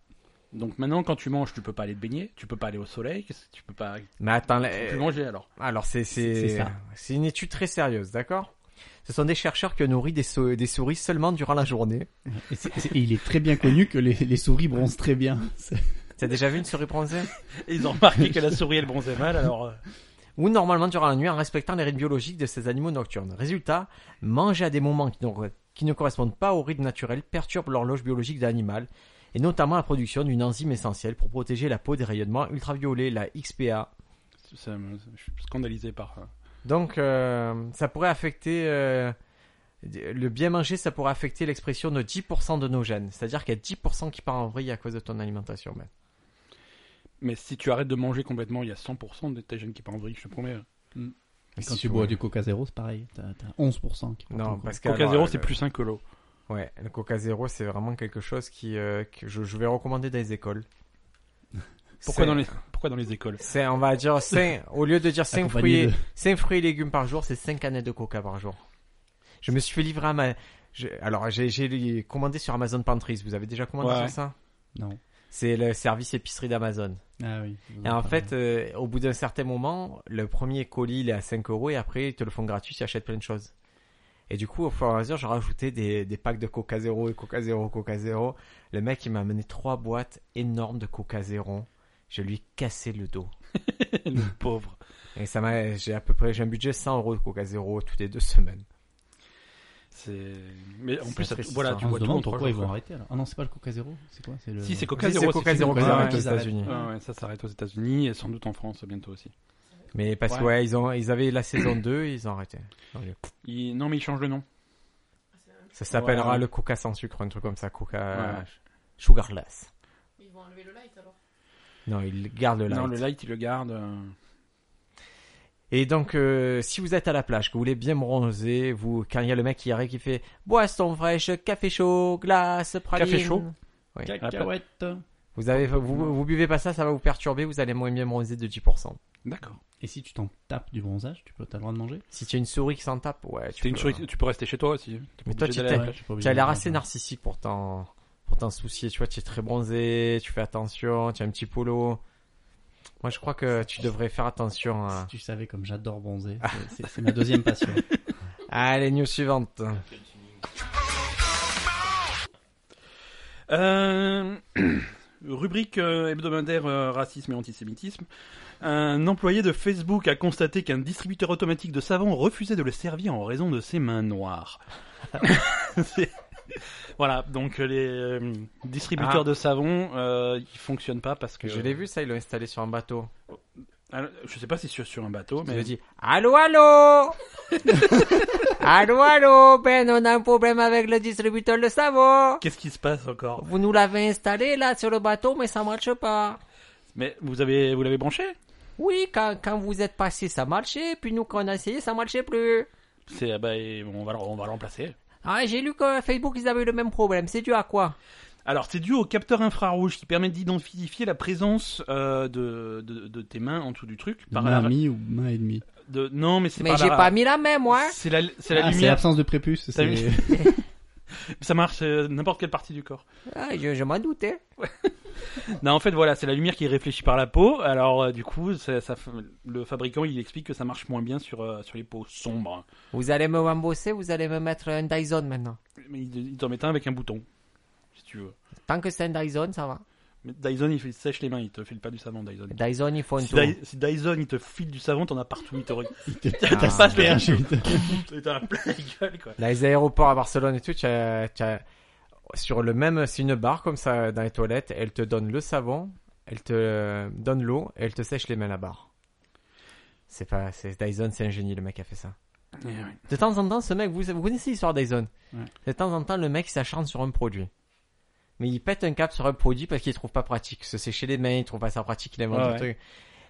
donc maintenant, quand tu manges, tu peux pas aller te baigner, tu peux pas aller au soleil, qu'est-ce que tu peux pas. Mais attends, tu peux là, plus manger alors. Alors c'est C'est- c'est c'est ça. c'est une étude très sérieuse, d'accord Ce sont des chercheurs qui ont nourri des, sou- des souris seulement durant la journée. Et c'est- c'est- il est très bien connu que les, les souris bronzent très bien. C'est- T'as déjà vu une souris bronzée Et *laughs* Ils ont remarqué que la souris elle bronzait *laughs* mal, alors. euh, Ou normalement durant la nuit en respectant les rythmes biologiques de ces animaux nocturnes. Résultat, manger à des moments qui, n'ont- qui ne correspondent pas au rythme naturel perturbe l'horloge biologique de l'animal et notamment la production d'une enzyme essentielle pour protéger la peau des rayonnements ultraviolets, la XPA. ça me- je suis scandalisé par. euh, Donc, euh, ça pourrait affecter. euh, le bien manger, ça pourrait affecter l'expression de 10% de nos gènes. C'est-à-dire qu'il y a 10% qui part en vrille à cause de ton alimentation. Ben. Mais si tu arrêtes de manger complètement, il y a 100% de tes gènes qui partent en vrille, je te promets. Et quand Si tu tu bois veux. du coca zéro, c'est pareil. T'as t'as 11% qui partent en Non, gros. parce que. Coca alors, Zéro, euh, c'est le- plus sain que l'eau. Ouais, le Coca Zéro, c'est vraiment quelque chose qui, euh, que je, je vais recommander dans les écoles. Pourquoi C'est- dans, les... *laughs* Pourquoi dans les écoles c'est, on va dire, cinq- au lieu de dire 5 Accompagné fruits, de- cinq fruits et légumes par jour, c'est 5 canettes de coca par jour. Je me suis fait livrer à ma. je- alors, j'ai, j'ai commandé sur Amazon Pantries. Vous avez déjà commandé Ouais. sur ça Non. C'est le service épicerie d'Amazon. Ah oui. Et en fait, euh, au bout d'un certain moment, le premier colis, il est à 5 euros et après, ils te le font gratuit, tu achètes plein de choses. Et du coup, au fur et à mesure, j'ai rajouté des, des packs de Coca Zéro et Coca Zéro, Coca Zéro. Le mec, il m'a amené trois boîtes énormes de Coca Zéro. Je lui ai cassé le dos. Le pauvre. Et ça m'a, j'ai à peu près, j'ai un budget 100 euros de Coca Zéro toutes les deux semaines. C'est. hein. Mais en C'est plus, très ça- voilà, sain. tu on vois se tout demande en trois pourquoi ils jours, vont quoi. arrêter alors. Ah non, c'est pas le coca zéro, c'est quoi C'est le. Si, c'est Si, Coca c'est Zéro. Coca Zéro Coca qui s'arrête Zéro aux qui s'arrête. États-Unis. Ouais, ouais, ça s'arrête aux États-Unis et sans doute en France bientôt aussi. Mais parce que, Ouais. ouais, ils ont, ils avaient la saison 2 ils ont arrêté. Donc, Il- Non, mais ils changent le nom. Ah, c'est un- Ça s'appellera Ouais. le Coca sans sucre, un truc comme ça, Ah, Coca Ouais. Sugarless. Ils vont enlever le light alors. Non, ils gardent le light. Non, le light, ils le gardent. euh, Et donc, euh, si vous êtes à la plage, que vous voulez bien bronzer, vous, quand il y a le mec qui arrive qui fait boisson fraîche, café chaud, glace, praline. Café chaud. Oui. Cacahuète. Vous avez, vous, vous buvez pas ça, ça va vous perturber, vous allez moins bien bronzer de 10%. D'accord. Et si tu t'en tapes du bronzage, tu peux, t'as le droit de manger Si tu as une souris qui s'en tape, ouais, Bah, tu T'es une peux- hein. souris- Tu peux rester chez toi aussi. T'es pas Mais toi, obligé tu d'aller à la t'es- plage. je suis pas obligé Tu as de l'air manger, assez hein. narcissique pour t'en, pour t'en soucier, tu vois, tu es très bronzé, tu fais attention, tu as un petit polo. Moi, je crois que tu devrais faire attention à... Si tu savais comme j'adore bronzer, c'est- c'est c'est ma deuxième passion. Allez, news suivante. Euh, *clears throat* rubrique euh, hebdomadaire euh, racisme et antisémitisme. Un employé de Facebook a constaté qu'un distributeur automatique de savon refusait de le servir en raison de ses mains noires. *laughs* C'est- voilà, donc les euh, distributeurs Ah. de savon, euh, ils fonctionnent pas parce que Je l'ai vu, ça, ils l'ont installé sur un bateau. Alors, je sais pas si c'est sur un bateau, Il Oh, mais me dit Allô, *laughs* allô Allô, allô Ben, on a un problème avec le distributeur de savon qu'est-ce qui se passe encore Vous nous l'avez installé là sur le bateau, mais ça marche pas. Mais vous avez, vous l'avez branché Oui, quand, quand vous êtes passé, ça marchait, puis nous, quand on a essayé, ça marchait plus. C'est, ah bah, et on va, le- on va le remplacer. Ah, j'ai lu que Facebook, ils avaient eu le même problème. C'est dû à quoi Alors, c'est dû au capteur infrarouge qui permet d'identifier la présence euh, de, de, de tes mains en dessous du truc. Par la- main mi ou main et demie. de- non, mais c'est Mais par j'ai la- pas mis la même, moi. C'est la, c'est la Ah, c'est lumière. l'absence de prépuce. T'as c'est- *laughs* Ça marche euh, n'importe quelle partie du corps. Ah, je je m'en doutais. Non, en fait, voilà, c'est la lumière qui est réfléchie par la peau. Alors, euh, du coup, ça- ça f- le fabricant, il explique que ça marche moins bien sur, euh, sur les peaux sombres. Vous allez me rembourser, vous allez me mettre un Dyson maintenant. Mais il, il t'en met un avec un bouton, si tu veux. Tant que c'est un Dyson, ça va. Mais Dyson, il, fait- il sèche les mains, il te file pas du savon, Dyson. Dyson, il faut un Si, tour. Dy- si Dyson, il te file du savon, t'en as partout, il te re- Ah. *laughs* T'as pas fait un Putain, T'en as plein la gueule, quoi. Là, les aéroports à Barcelone et tout, tu as- tu as- sur le même, c'est une barre comme ça dans les toilettes, elle te donne le savon, elle te donne l'eau et elle te sèche les mains la barre. C'est pas, c'est Dyson, c'est un génie le mec qui a fait ça. Eh ouais. De temps en temps, ce mec, vous, vous connaissez l'histoire d'Dyson. Ouais. De temps en temps, le mec il s'acharne sur un produit. Mais il pète un cap sur un produit parce qu'il trouve pas pratique. Se sécher les mains, il trouve pas ça pratique, il invente Ouais, un ouais. truc.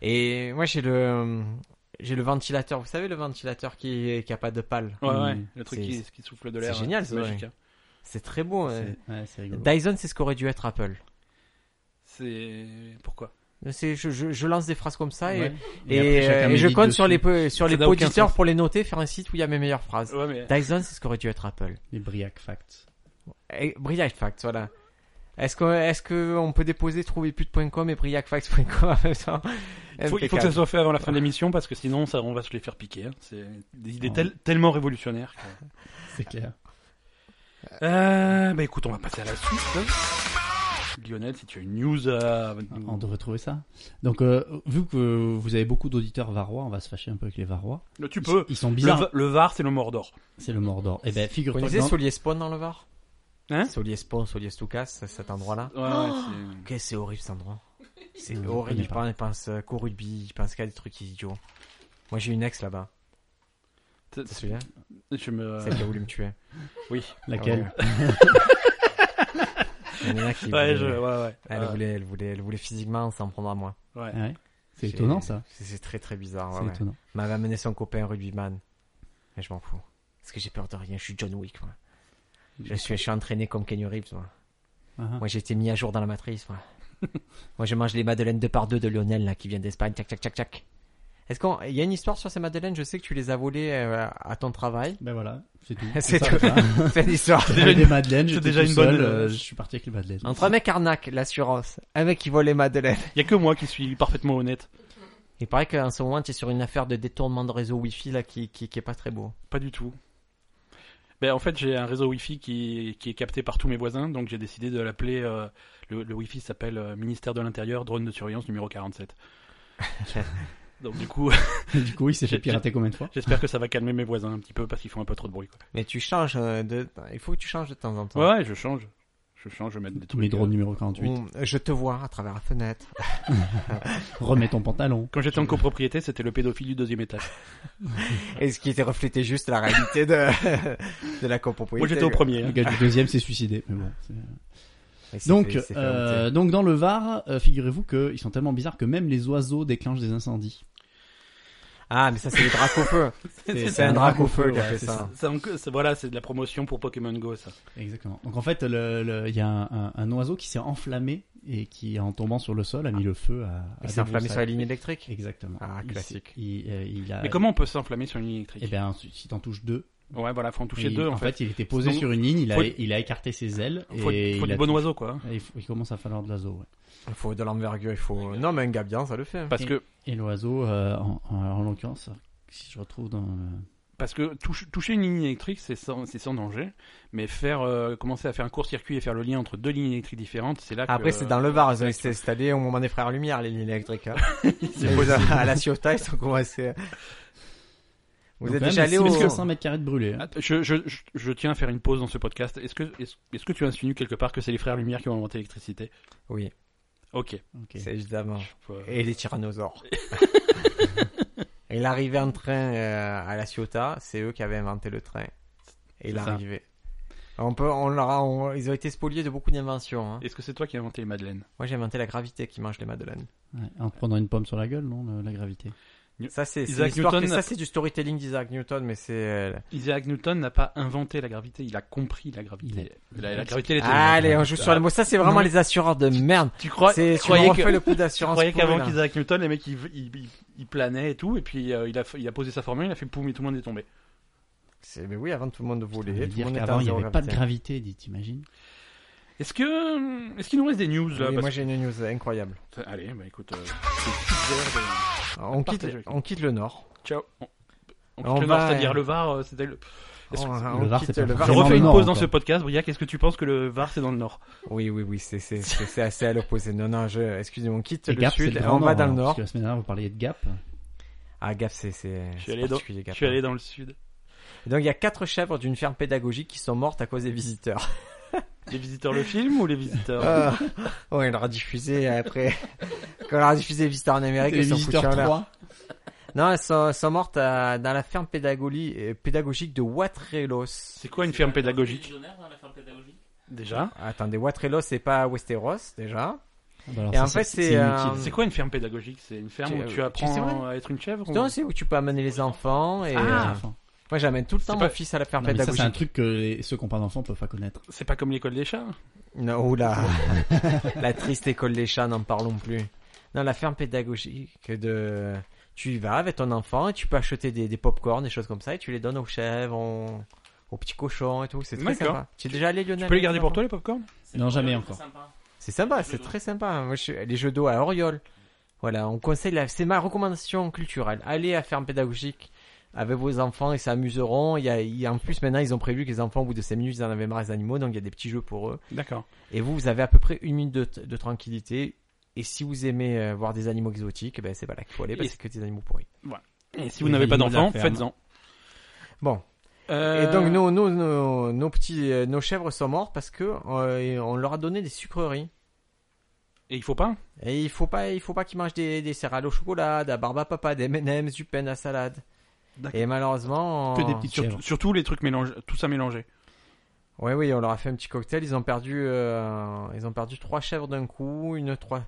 Et moi, j'ai le, j'ai le ventilateur. Vous savez, le ventilateur qui, qui a pas de pale. Ouais, ouais, Mm. le truc C'est- qui, qui souffle de l'air. c'est génial, hein, ça, ouais. magique, hein. C'est très beau. hein. c'est- ouais, c'est rigolo. Dyson, c'est ce qu'aurait dû être Apple. C'est. Pourquoi C'est, je, je, je lance des phrases comme ça et, Ouais. et, après, chacun euh, et je médite compte dessus. sur les peu- sur Ça les n'a aucun auditeurs sens. pour les noter, faire un site où il y a mes meilleures phrases. Ouais, mais. Dyson, c'est ce qu'aurait dû être Apple. Les Briac Facts. Et Eh, Briac Facts, voilà. Est-ce que est-ce que on peut déposer trouverpute.com et briacfacts.com en même temps Eh, Il faut, il faut que ça soit fait avant la fin de l'émission parce que sinon ça, on va se les faire piquer. hein. C'est des idées Ouais. tel- tellement révolutionnaires. que- C'est clair. Euh, bah écoute, on va passer à la suite. Lionel, si tu as une news à nous- On devrait trouver ça. Donc, euh, vu que vous avez beaucoup d'auditeurs varois, on va se fâcher un peu avec les varois. Euh, tu peux. Ils sont Le, bizarres. Va- le Var, c'est le Mordor. C'est le Mordor. Eh ben, Vous figure-toi. que connaissez dans- Solier Spawn dans le Var Hein Solier Spawn, Solier Stukas, cet endroit-là. Ouais, ouais, c'est- Ok, c'est horrible cet endroit. C'est Non, je horrible. connais Ils pensent, ils pensent euh, qu'au rugby, ils pensent qu'à des trucs idiots. Moi j'ai une ex là-bas, c'est- tu te souviens je me. Celle qui a voulu me tuer. Oui. Laquelle Il y en a qui *laughs* Ouais, voulaient- je- ouais, ouais. Euh, Elle, Ouais. voulait, elle, voulait, elle voulait physiquement s'en prendre à moi. Ouais. Ouais. *laughs* C'est J'ai- étonnant ça. C'est c'est très très bizarre. C'est ouais, ouais. étonnant. M'avait amené son copain rugbyman. Mais je m'en fous. Parce que j'ai peur de rien, je suis John Wick, moi. Je suis, je suis entraîné comme Kenny Reeves, moi. Ah, ah. Moi, j'ai été mis à jour dans la matrice, moi. moi, je mange les madeleines deux par deux de Lionel, là, qui vient d'Espagne. Tchac, tchac, tchac, tchac. Est-ce qu'on, il y a une histoire sur ces madeleines, je sais que tu les as volées euh, à ton *laughs* travail. Ben voilà, *laughs* c'est tout. C'est ça, tout. voilà. C'est une histoire. J'avais des madeleines, c'est j'étais déjà déjà une une seul, bonne- euh, je suis parti avec les madeleines. Entre un mec arnaque, l'assurance, un mec qui vole les madeleines. Il y a que moi qui suis parfaitement honnête. Il paraît qu'en ce moment, tu es sur une affaire de détournement de réseau wifi, là, qui, qui, qui est pas très beau. Pas du tout. Ben, en fait, j'ai un réseau Wi-Fi qui, qui est capté par tous mes voisins, donc j'ai décidé de l'appeler. euh, le, le Wi-Fi s'appelle euh, Ministère de l'Intérieur, drone de surveillance numéro 47. donc, du coup, *laughs* *laughs* du coup, il s'est fait J'ai- pirater combien de fois j'espère que ça va calmer mes voisins un petit peu parce qu'ils font un peu trop de bruit. Quoi. Mais tu changes euh, de, il faut que tu changes de temps en temps. Ouais, ouais, je change. Je change, je mets des Tous trucs. les drones euh, numéro 48. Ou, euh, je te vois à travers la fenêtre. Remets ton pantalon. Quand j'étais en copropriété, c'était le pédophile du deuxième étage. *laughs* Et ce qui était reflété juste la réalité *laughs* de, de la copropriété. Moi, j'étais au premier. Le hein. gars du deuxième s'est suicidé. Mais bon, c'est- Et c'est donc, fait- c'est fait euh, honter. donc dans le Var, euh, figurez-vous qu'ils sont tellement bizarres que même les oiseaux déclenchent des incendies. Ah, mais ça, c'est les dracs au feu. C'est c'est un drac au feu qui a ouais, fait c'est ça. Ça, en- ça, voilà, c'est de la promotion pour Pokémon Go, ça. Exactement. Donc en fait, le- le- il y a un, un- un oiseau qui s'est enflammé et qui, en tombant sur le sol, a mis le feu à. à Il des Ah. s'est enflammé sur la broussailles. ligne électrique. Exactement. Ah, Il s'est- classique. Il, euh, il a- Mais comment on peut s'enflammer sur une ligne Eh électrique bien, si t'en touches deux, Ouais, voilà, faut en toucher il- deux en fait. il était posé Donc, sur une ligne, il a, faut- il a écarté ses ailes Faut, et faut il, du a- bon oiseau, quoi. hein. et il faut- il commence à falloir de l'oiseau. ouais. Il faut de l'envergure, il faut... Non, mais un gars bien, ça le fait. Parce Et- que Et l'oiseau, euh, en, en- en l'occurrence, si je retrouve dans le- Parce que touche- toucher une ligne électrique, c'est sans, c'est sans danger, mais faire euh, commencer à faire un court-circuit et faire le lien entre deux lignes électriques différentes, c'est là que... Après, c'est dans le Var, ils ont été installés au moment des Frères Lumière, les lignes électriques. hein. C'est Et possible. À la Ciotat, ils ont commencé... Vous Donc, êtes quand déjà même, allé au... 500 mètres carrés de brûlé. hein. Attends, euh, Je, je, je, je tiens à faire une pause dans ce podcast. Est-ce que, est est que tu insinues quelque part que c'est les frères Lumière qui ont inventé l'électricité Oui, Ok. euh, Ok. c'est évidemment. Je peux- *laughs* Et les tyrannosaures. Et l'arrivée en train euh, à la Ciotat, c'est eux qui avaient inventé le train. Et C'est ça. l'arrivée. On peut, on leur a- on- ils ont été spoliés de beaucoup d'inventions. hein. Est-ce que c'est toi qui as inventé les madeleines Moi, j'ai inventé la gravité qui mange les madeleines. Ouais, en te prenant une pomme sur la gueule, non, le- la gravité. Ça, c'est c'est Isaac l'histoire- Newton ça, a- c'est du storytelling d'Isaac Newton, mais c'est. euh, Isaac Newton n'a pas inventé la gravité, il a compris la gravité. La, la gravité, elle était là. euh, Ah, Allez, on joue sur le mot. Ça, c'est vraiment Non. les assureurs de merde. Tu crois C'est, tu tu croyais me refais que le coup tu d'assurance. croyais qu'avant pourrie, là. qu'Isaac Newton, les mecs ils, ils, ils- ils planaient et tout, et puis euh, il, a, il a posé sa formule, il a fait poum et tout le monde est tombé. C'est- mais oui, avant tout le monde Ça veut voulait. Tout le Ah, dire monde était qu'avant, en il n'y zéro avait pas de gravité. gravité, dit, t'imagines Est-ce que est-ce qu'il nous reste des news là Oui, Parce moi, j'ai une news incroyable. que- Allez, bah écoute, euh, c'est super de- On quitte, Partagez avec on quitte le Nord. ciao. On, on On quitte le va- Nord, c'est-à-dire le Var, euh, c'était le. Est-ce On, que- on le Var, quitte c'est pas le Var. Je Vraiment refais le une Nord, pause dans encore. ce podcast, Briac. Est-ce que tu penses que le Var c'est dans le Nord Oui, oui, oui, c'est c'est- c'est- c'est assez à l'opposé. Non, non, je, excusez-moi, on quitte Et le Gap, c'est sud, le et grand on va nord, dans le alors, Parce nord. que la semaine dernière, vous parliez de Gap. Ah, Gap, c'est c'est. Je suis c'est allé dans- particulier, Je Gap. suis allé dans le Sud. Donc il y a quatre chèvres d'une ferme pédagogique qui sont mortes à cause des visiteurs. Les visiteurs le film ou les visiteurs Euh, *laughs* Ah. ouais, il leur a diffusé après. *laughs* Quand on leur a diffusé les visiteurs en Amérique, ils Les sont foutus en visiteurs l'air. 3. Non, elles sont, elles sont mortes à- dans la ferme pédagogie- euh, pédagogique de Watrelos. C'est quoi une ferme pédagogique hein, Déjà Attendez, Watrelos, c'est pas Westeros déjà. Ah bah alors Et ça, en fait, c'est, euh, C'est quoi une ferme pédagogique C'est une ferme Tu- où tu tu sais, apprends ouais. à être une chèvre ou- Non, c'est où tu peux amener les enfants. Et, Ah. euh, moi, j'amène tout le temps mon C'est pas- fils à la ferme Non, mais ça, pédagogique. c'est un truc que les- ceux qui n'ont pas d'enfants peuvent pas connaître. C'est pas comme l'école des chats Non, oula. *laughs* la triste école des chats, n'en parlons plus. Non, la ferme pédagogique de... Tu y vas avec ton enfant et tu peux acheter des, des pop-corn, des choses comme ça, et tu les donnes aux chèvres, aux, aux petits cochons et tout. C'est très D'accord. sympa. Tu es déjà allé, Lionel Tu peux les garder pour toi les popcorn Non, jamais encore. C'est sympa, c'est très sympa. Moi, je- Les jeux d'eau à Oriol. Voilà, on conseille, la... c'est ma recommandation culturelle. Allez à ferme pédagogique avec vos enfants, ils s'amuseront. Il y a... il y a- En plus, maintenant, ils ont prévu que les enfants, au bout de 5 minutes, ils en avaient marre des animaux, donc il y a des petits jeux pour eux. D'accord. Et vous, vous avez à peu près une minute de, t- de tranquillité. Et si vous aimez euh, voir des animaux exotiques, eh ben c'est pas là qu'il faut aller, parce Et- que c'est que des animaux pourris. Et si vous Les n'avez pas animaux de la d'enfants, ferme. faites-en. Bon. Euh, Et donc nos, nos, nos, nos petits, euh, nos chèvres sont mortes parce que euh, et on leur a donné des sucreries. Et il faut pas Et il faut pas, il faut pas qu'ils mangent des, des céréales au chocolat, à barbe à papa, des M&M's, du pain à salade. D'accord. Et malheureusement, Que on- des petites Surtout- chèvres. Surtout les trucs mélangés, tout ça mélangé. Ouais, oui, on leur a fait un petit cocktail. Ils ont perdu, euh, ils ont perdu trois chèvres d'un coup, une trois,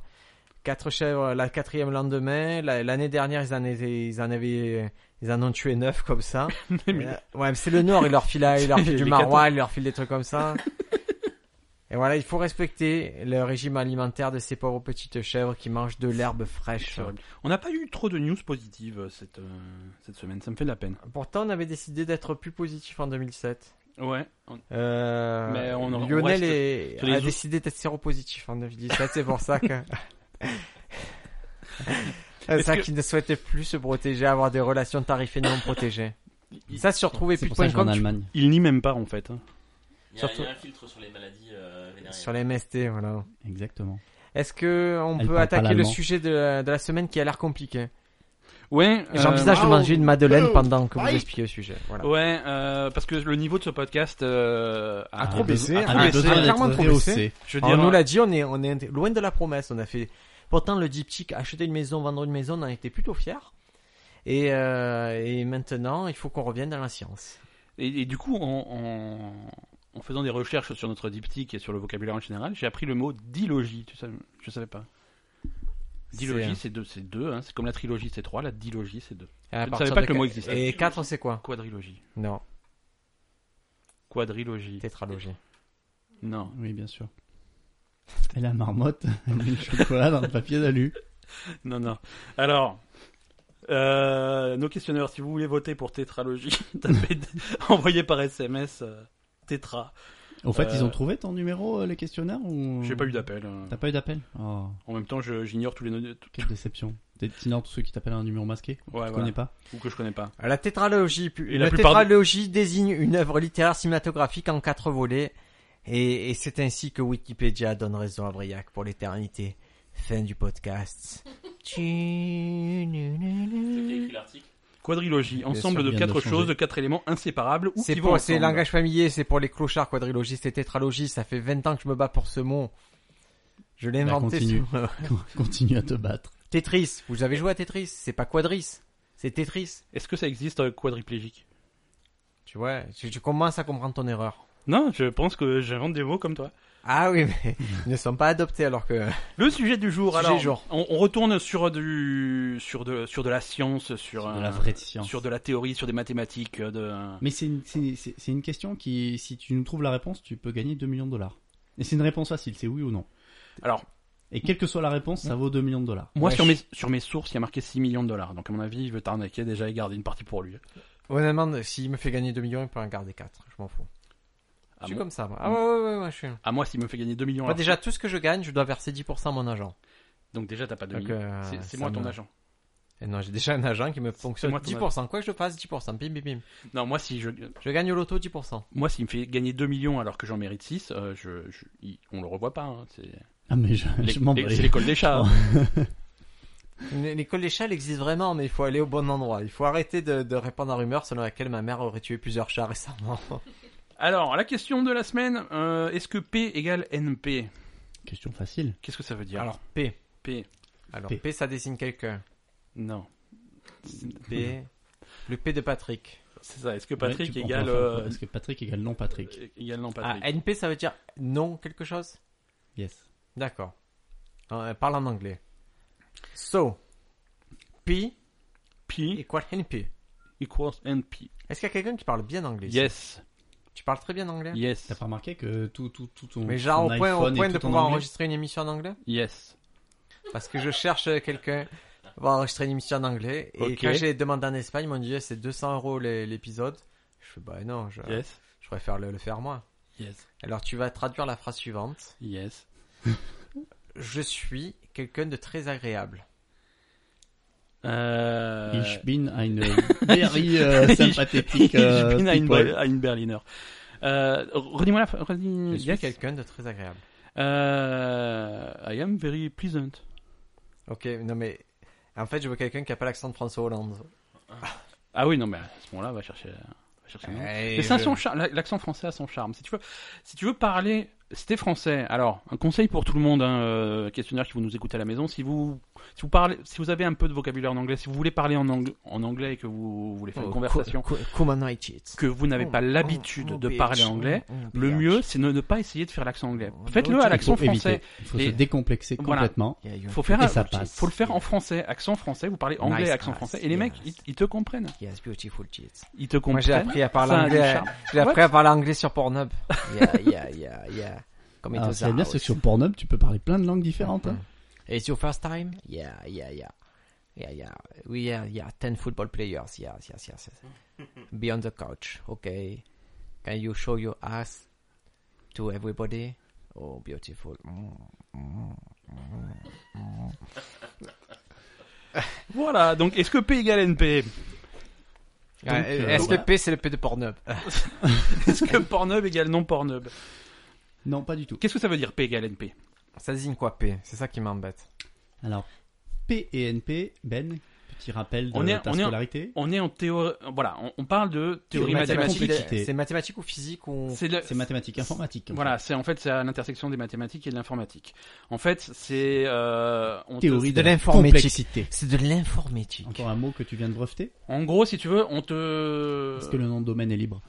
quatre chèvres la quatrième lendemain. La- L'année dernière, ils en, étaient- ils en avaient, ils en ont tué neuf comme ça. *laughs* Mais- Euh, ouais, mais c'est le Nord. Ils leur filent, ils leur *laughs* filent Les du cathos. maroilles, ils leur filent des trucs comme *laughs* ça. Et voilà, il faut respecter le régime alimentaire de ces pauvres petites chèvres qui mangent de l'herbe fraîche. C'est horrible. On n'a pas eu trop de news positives euh, cette, euh, cette semaine, ça me fait de la peine. Pourtant, on avait décidé d'être plus positif en 2007. Ouais. on- Euh, Mais on- on Lionel reste est- sur les a autres. décidé d'être séropositif en 2017, c'est pour ça *laughs* que... C'est Est-ce ça que- qui ne souhaitait plus se protéger, avoir des relations tarifées non protégées. il- Ça, sur C'est pour ça que je vais en trouverplus.com, Allemagne. Il n'y même pas en fait. hein. Il y, a, il y a Surtout- un filtre sur les maladies euh, vénériennes. sur les MST, voilà. Exactement. Est-ce que on Elle peut parle pas attaquer le l'allemand. sujet de la, de la semaine qui a l'air compliqué Ouais. euh, oh, J'envisage de manger une madeleine pendant que vous expliquez le sujet. Voilà. Ouais, euh, parce que le niveau de ce podcast euh, a, Ah, trop baissé, a trop ah, baissé. besoin d'être clairement trop baissé. rehaussé. Je veux Alors, dire, euh, on nous l'a dit, on est, on est loin de la promesse. On a fait. Pourtant, le diptyque acheter une maison, vendre une maison, on en était plutôt fiers. Et, euh, et maintenant, il faut qu'on revienne dans la science. et, et du coup, en, en, en faisant des recherches sur notre diptyque et sur le vocabulaire en général, j'ai appris le mot dilogie. Tu sais, je savais pas. Dilogie, c'est deux, c'est deux. Hein. C'est comme la trilogie, c'est trois. La dilogie, c'est deux. C'est- à je ne partir savais pas de que le qu- mot existait. Et 4, c'est quoi Quadrilogie. Non, Quadrilogie. tétralogie. Non. Oui, bien sûr. Et la marmotte, *laughs* elle met le chocolat dans le papier d'alu. Non, non. Alors, euh, nos questionneurs, si vous voulez voter pour tétralogie, *laughs* tapez- envoyez par SMS euh, tétra. Au fait, Euh, ils ont trouvé ton numéro, euh, le questionnaire ou... J'ai pas eu d'appel. hein. T'as pas eu d'appel Oh, En même temps, je- j'ignore tous les noms. tout- quelle déception. T'es sinon tous ceux qui t'appellent un numéro masqué Ouais, Ah, voilà. Tu connais pas Ou que je connais pas. Euh, La tétralogie, pu- Et la la plupart tétralogie désigne une œuvre littéraire cinématographique en quatre volets. Et, et c'est ainsi que Wikipédia donne raison à Briac pour l'éternité. Fin du podcast. C'est qui a écrit l'article Quadrilogie, ensemble sûr, de vient de quatre changer. choses, de quatre éléments inséparables ou C'est qui pour, vont c'est ensemble. langage familier, c'est pour les clochards, quadrilogie, c'est tétralogie. Ça fait 20 ans que je me bats pour ce mot. Je l'ai Bah, inventé. continue. ce mot. *laughs* Continue à te battre. Tetris, vous avez joué à Tetris, c'est pas quadris. C'est Tetris. Est-ce que ça existe euh, quadriplégique Tu vois, tu, tu commences à comprendre ton erreur. Non, je pense que j'invente des mots comme toi. Ah oui, mais ils ne sont pas adoptés alors que. euh, Le sujet du jour, Sujet alors. jour. On, on retourne sur du, sur de, sur de la science, sur, de un- la vraie science. sur de la théorie, sur des mathématiques, euh, de. Mais c'est une, c'est- c'est- c'est une question qui, si tu nous trouves la réponse, tu peux gagner 2 millions de dollars. Et c'est une réponse facile, c'est oui ou non. Alors, Et quelle que soit la réponse, ça vaut 2 millions de dollars. moi, Ouais, sur je- mes, sur mes sources, il y a marqué 6 millions de dollars. Donc, à mon avis, il veut t'arnaquer déjà et garder une partie pour lui. Honnêtement, s'il me fait gagner 2 millions, il peut en garder 4. Je m'en fous. je À, suis mon- comme ça, moi. Ah ouais, ouais, ouais, ouais, je suis. à moi, s'il me fait gagner 2 millions. Moi, alors- déjà, tout ce que je gagne, je dois verser 10% à mon agent. Donc, déjà, t'as pas 2 Donc, millions. euh, C'est- c'est ça moi ton me- agent. Et non, j'ai déjà un agent qui me fonctionne moi ton 10%. Quoi que je fasse, 10%. Bim, bim, bim. Non, moi, si je, Je gagne au loto 10%. moi, s'il me fait gagner 2 millions alors que j'en mérite 6, je, je- il- on le revoit pas. hein. C'est Ah, mais je, les- je m'en les- bats c'est les- l'école *laughs* des chats. L- L'école des chats, elle existe vraiment, mais il faut aller au bon endroit. Il faut arrêter de, de répandre la rumeur selon laquelle ma mère aurait tué plusieurs chats *laughs* récemment. Alors, la question de la semaine, euh, est-ce que P égale NP Question facile. Qu'est-ce que ça veut dire Alors, P. P, Alors, P. P, ça dessine quelqu'un. non. P. Le P de Patrick. C'est ça, est-ce que Ouais, Patrick tu- on peut égale, faire- euh, Est-ce que Patrick égale non Patrick égale non Ah, Patrick NP, ça veut dire non quelque chose Yes. D'accord. Euh, parle en anglais. So, P P equal NP. equals NP. Est-ce qu'il y a quelqu'un qui parle bien anglais ici Yes, Tu parles très bien anglais yes, T'as pas remarqué que tout, tout, tout ton. Mais genre ton au point, au iPhone est point de tout en pouvoir anglais enregistrer une émission en anglais yes. Parce que je cherche euh, quelqu'un pour enregistrer une émission en anglais. Et Ok. quand j'ai demandé en Espagne, ils m'ont dit c'est 200 euros les- l'épisode. Je fais bah non, je, Yes, je préfère le, le faire moi. yes, Alors tu vas traduire la phrase suivante. yes. Je suis quelqu'un de très agréable. Euh... Ich bin ein very euh, *laughs* Ich- *laughs* sympathique euh, Ich bin ein people. Ber- ein Berliner. Euh, redis-moi la phrase. Je Redis... suis Mm, yes. quelqu'un de très agréable. Euh, I am very pleasant. Ok, non mais en fait je veux quelqu'un qui a pas l'accent de François Hollande. Ah oui, non, mais à ce moment-là, on va chercher. On va chercher un nom. Eh, Mais Ah ça a je- son char- la- L'accent français a son charme. Si tu veux, si tu veux parler, c'était français. Alors, un conseil pour tout le monde, hein, euh, questionnaire qui vous nous écoutez à la maison, si vous, si vous parlez, si vous avez un peu de vocabulaire en anglais, si vous voulez parler en, ang- en anglais et que vous voulez faire Oh, une conversation, co- co- comment on dit it que vous n'avez pas Oh, l'habitude oh, oh, de bitch. parler anglais, Oh, oh, le bitch. mieux, c'est de ne pas essayer de faire l'accent anglais. Oh, Faites-le ok. à l'accent Il faut éviter. français. Il faut Ah, Et- se décomplexer Voilà. complètement. Yeah, you- Faut faire, Et un- ça passe. faut le faire en français, accent français. Vous parlez anglais, Nice accent ass, français, et les mecs, ils, yes. ils te comprennent. Yes, beautiful tits. Ils te Moi, j'ai comprennent. appris à parler Ça a du anglais. charme. J'ai appris What à parler anglais sur Pornhub. *laughs* Yeah, yeah, yeah, yeah. Comme Alors, Ah, c'est bien, c'est que sur Pornhub, tu peux parler plein de langues différentes. hein. It's your first time? Yeah, yeah, yeah. Yeah, yeah. We are, yeah, 10 football players. Yes, yes, yes. yes. Be on the couch. Okay. Can you show your ass to everybody? Oh, beautiful. Mm, mm. Voilà. Donc, est-ce que P *laughs* égale NP Donc, Ouais, euh, Ah, Est-ce que voilà. P, c'est le P de Pornhub? Est-ce que Pornhub égale non Pornhub Non, pas du tout. Qu'est-ce que ça veut dire P égale NP Ça désigne quoi, P? C'est ça qui m'embête. Alors, P et NP, Ben, petit rappel de On est- ta on est en- scolarité. On est en théorie. Voilà, on, on parle de théorie Théorie mathématique. mathématique. mathématiques. C'est mathématique ou physique ou... C'est le- C'est mathématiques, informatique. en Voilà, c'est en fait c'est à l'intersection des mathématiques et de l'informatique. En fait, c'est euh, on fait. te- Théorie de, de la l'informatique. complexité. C'est de l'informatique. Encore un mot que tu viens de breveter. En gros, si tu veux, on te Parce que le nom de domaine est libre.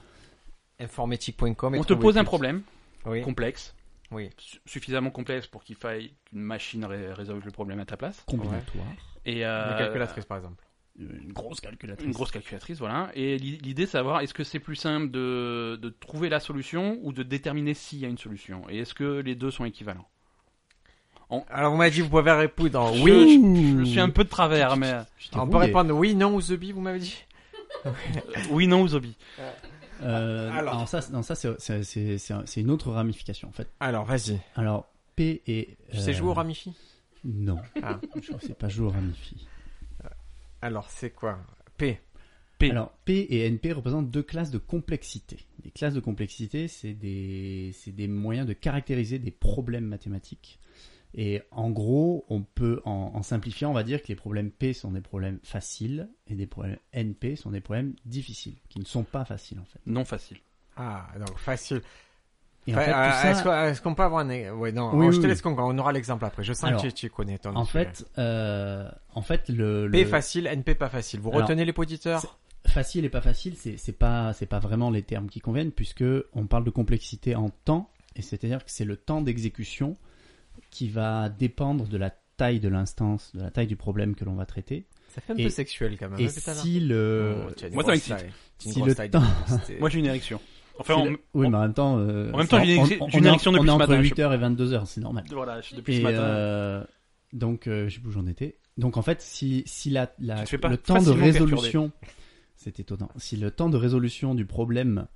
Informatique.com. est on te trouvé pose un plus. problème Oui. complexe, Oui. su- suffisamment complexe pour qu'il faille qu'une machine ré- résolve le problème à ta place. Combinatoire. Et euh, Une calculatrice, par exemple. Une grosse calculatrice. une grosse calculatrice, voilà. Et l'i- l'idée, c'est savoir est-ce que c'est plus simple de, de trouver la solution ou de déterminer s'il y a une solution et est-ce que les deux sont équivalents. Alors, vous m'avez dit, vous pouvez répondre en oui. Oui, je, Hmm. je suis un peu de travers, mais euh, Je t'ai On peut rouillé. répondre oui, non ou the bee, vous m'avez dit. oui, non, Uzobi. Euh, Alors. non, ça, non, ça c'est- c'est- c'est c'est- c'est une autre ramification en fait. Alors, vas-y. Alors, P et. Tu sais euh, jouer au ramifi Non, Ah. je ne sais pas jouer au ramifi. Alors, c'est quoi P. P. Alors, P et NP représentent deux classes de complexité. Les classes de complexité, c'est des, c'est des moyens de caractériser des problèmes mathématiques. Et en gros, on peut, en, en simplifiant, on va dire que les problèmes P sont des problèmes faciles et des problèmes NP sont des problèmes difficiles, qui ne sont pas faciles en fait. Non facile. Ah, donc facile. Et en Enfin, fait, tout euh, ça- Est-ce qu'on- est-ce qu'on peut avoir un... é- Ouais, non, Oui, on- je te oui, oui. laisse conclure, on aura l'exemple après. Je sens Alors, que tu, tu connais ton en sujet. fait, euh, en fait, le, P le- facile, NP pas facile. Vous Alors, retenez les auditeurs facile et pas facile, c'est c'est pas c'est pas vraiment les termes qui conviennent puisque on parle de complexité en temps et c'est-à-dire que c'est le temps d'exécution qui va dépendre de la taille de l'instance, de la taille du problème que l'on va traiter. Ça fait un et- peu sexuel quand même. et hein, putain, là. si le Oh, tu as une Moi, ça grosse m'excite. taille. Tu as une Si grosse le taille temps- *laughs* de- Moi j'ai une érection. Enfin, si on... le- oui, mais en même temps euh, En même temps, c'est- j'ai une on- érection- on- j'ai une on est en- érection depuis on est ce entre matin, je- 8h et 22h, c'est normal. voilà, je- depuis Et, ce matin. euh, donc, euh, je sais plus où j'en étais. Donc, en fait, si, si la, la- Tu te fais pas le temps de facilement résolution, c'est étonnant, si le temps de résolution du problème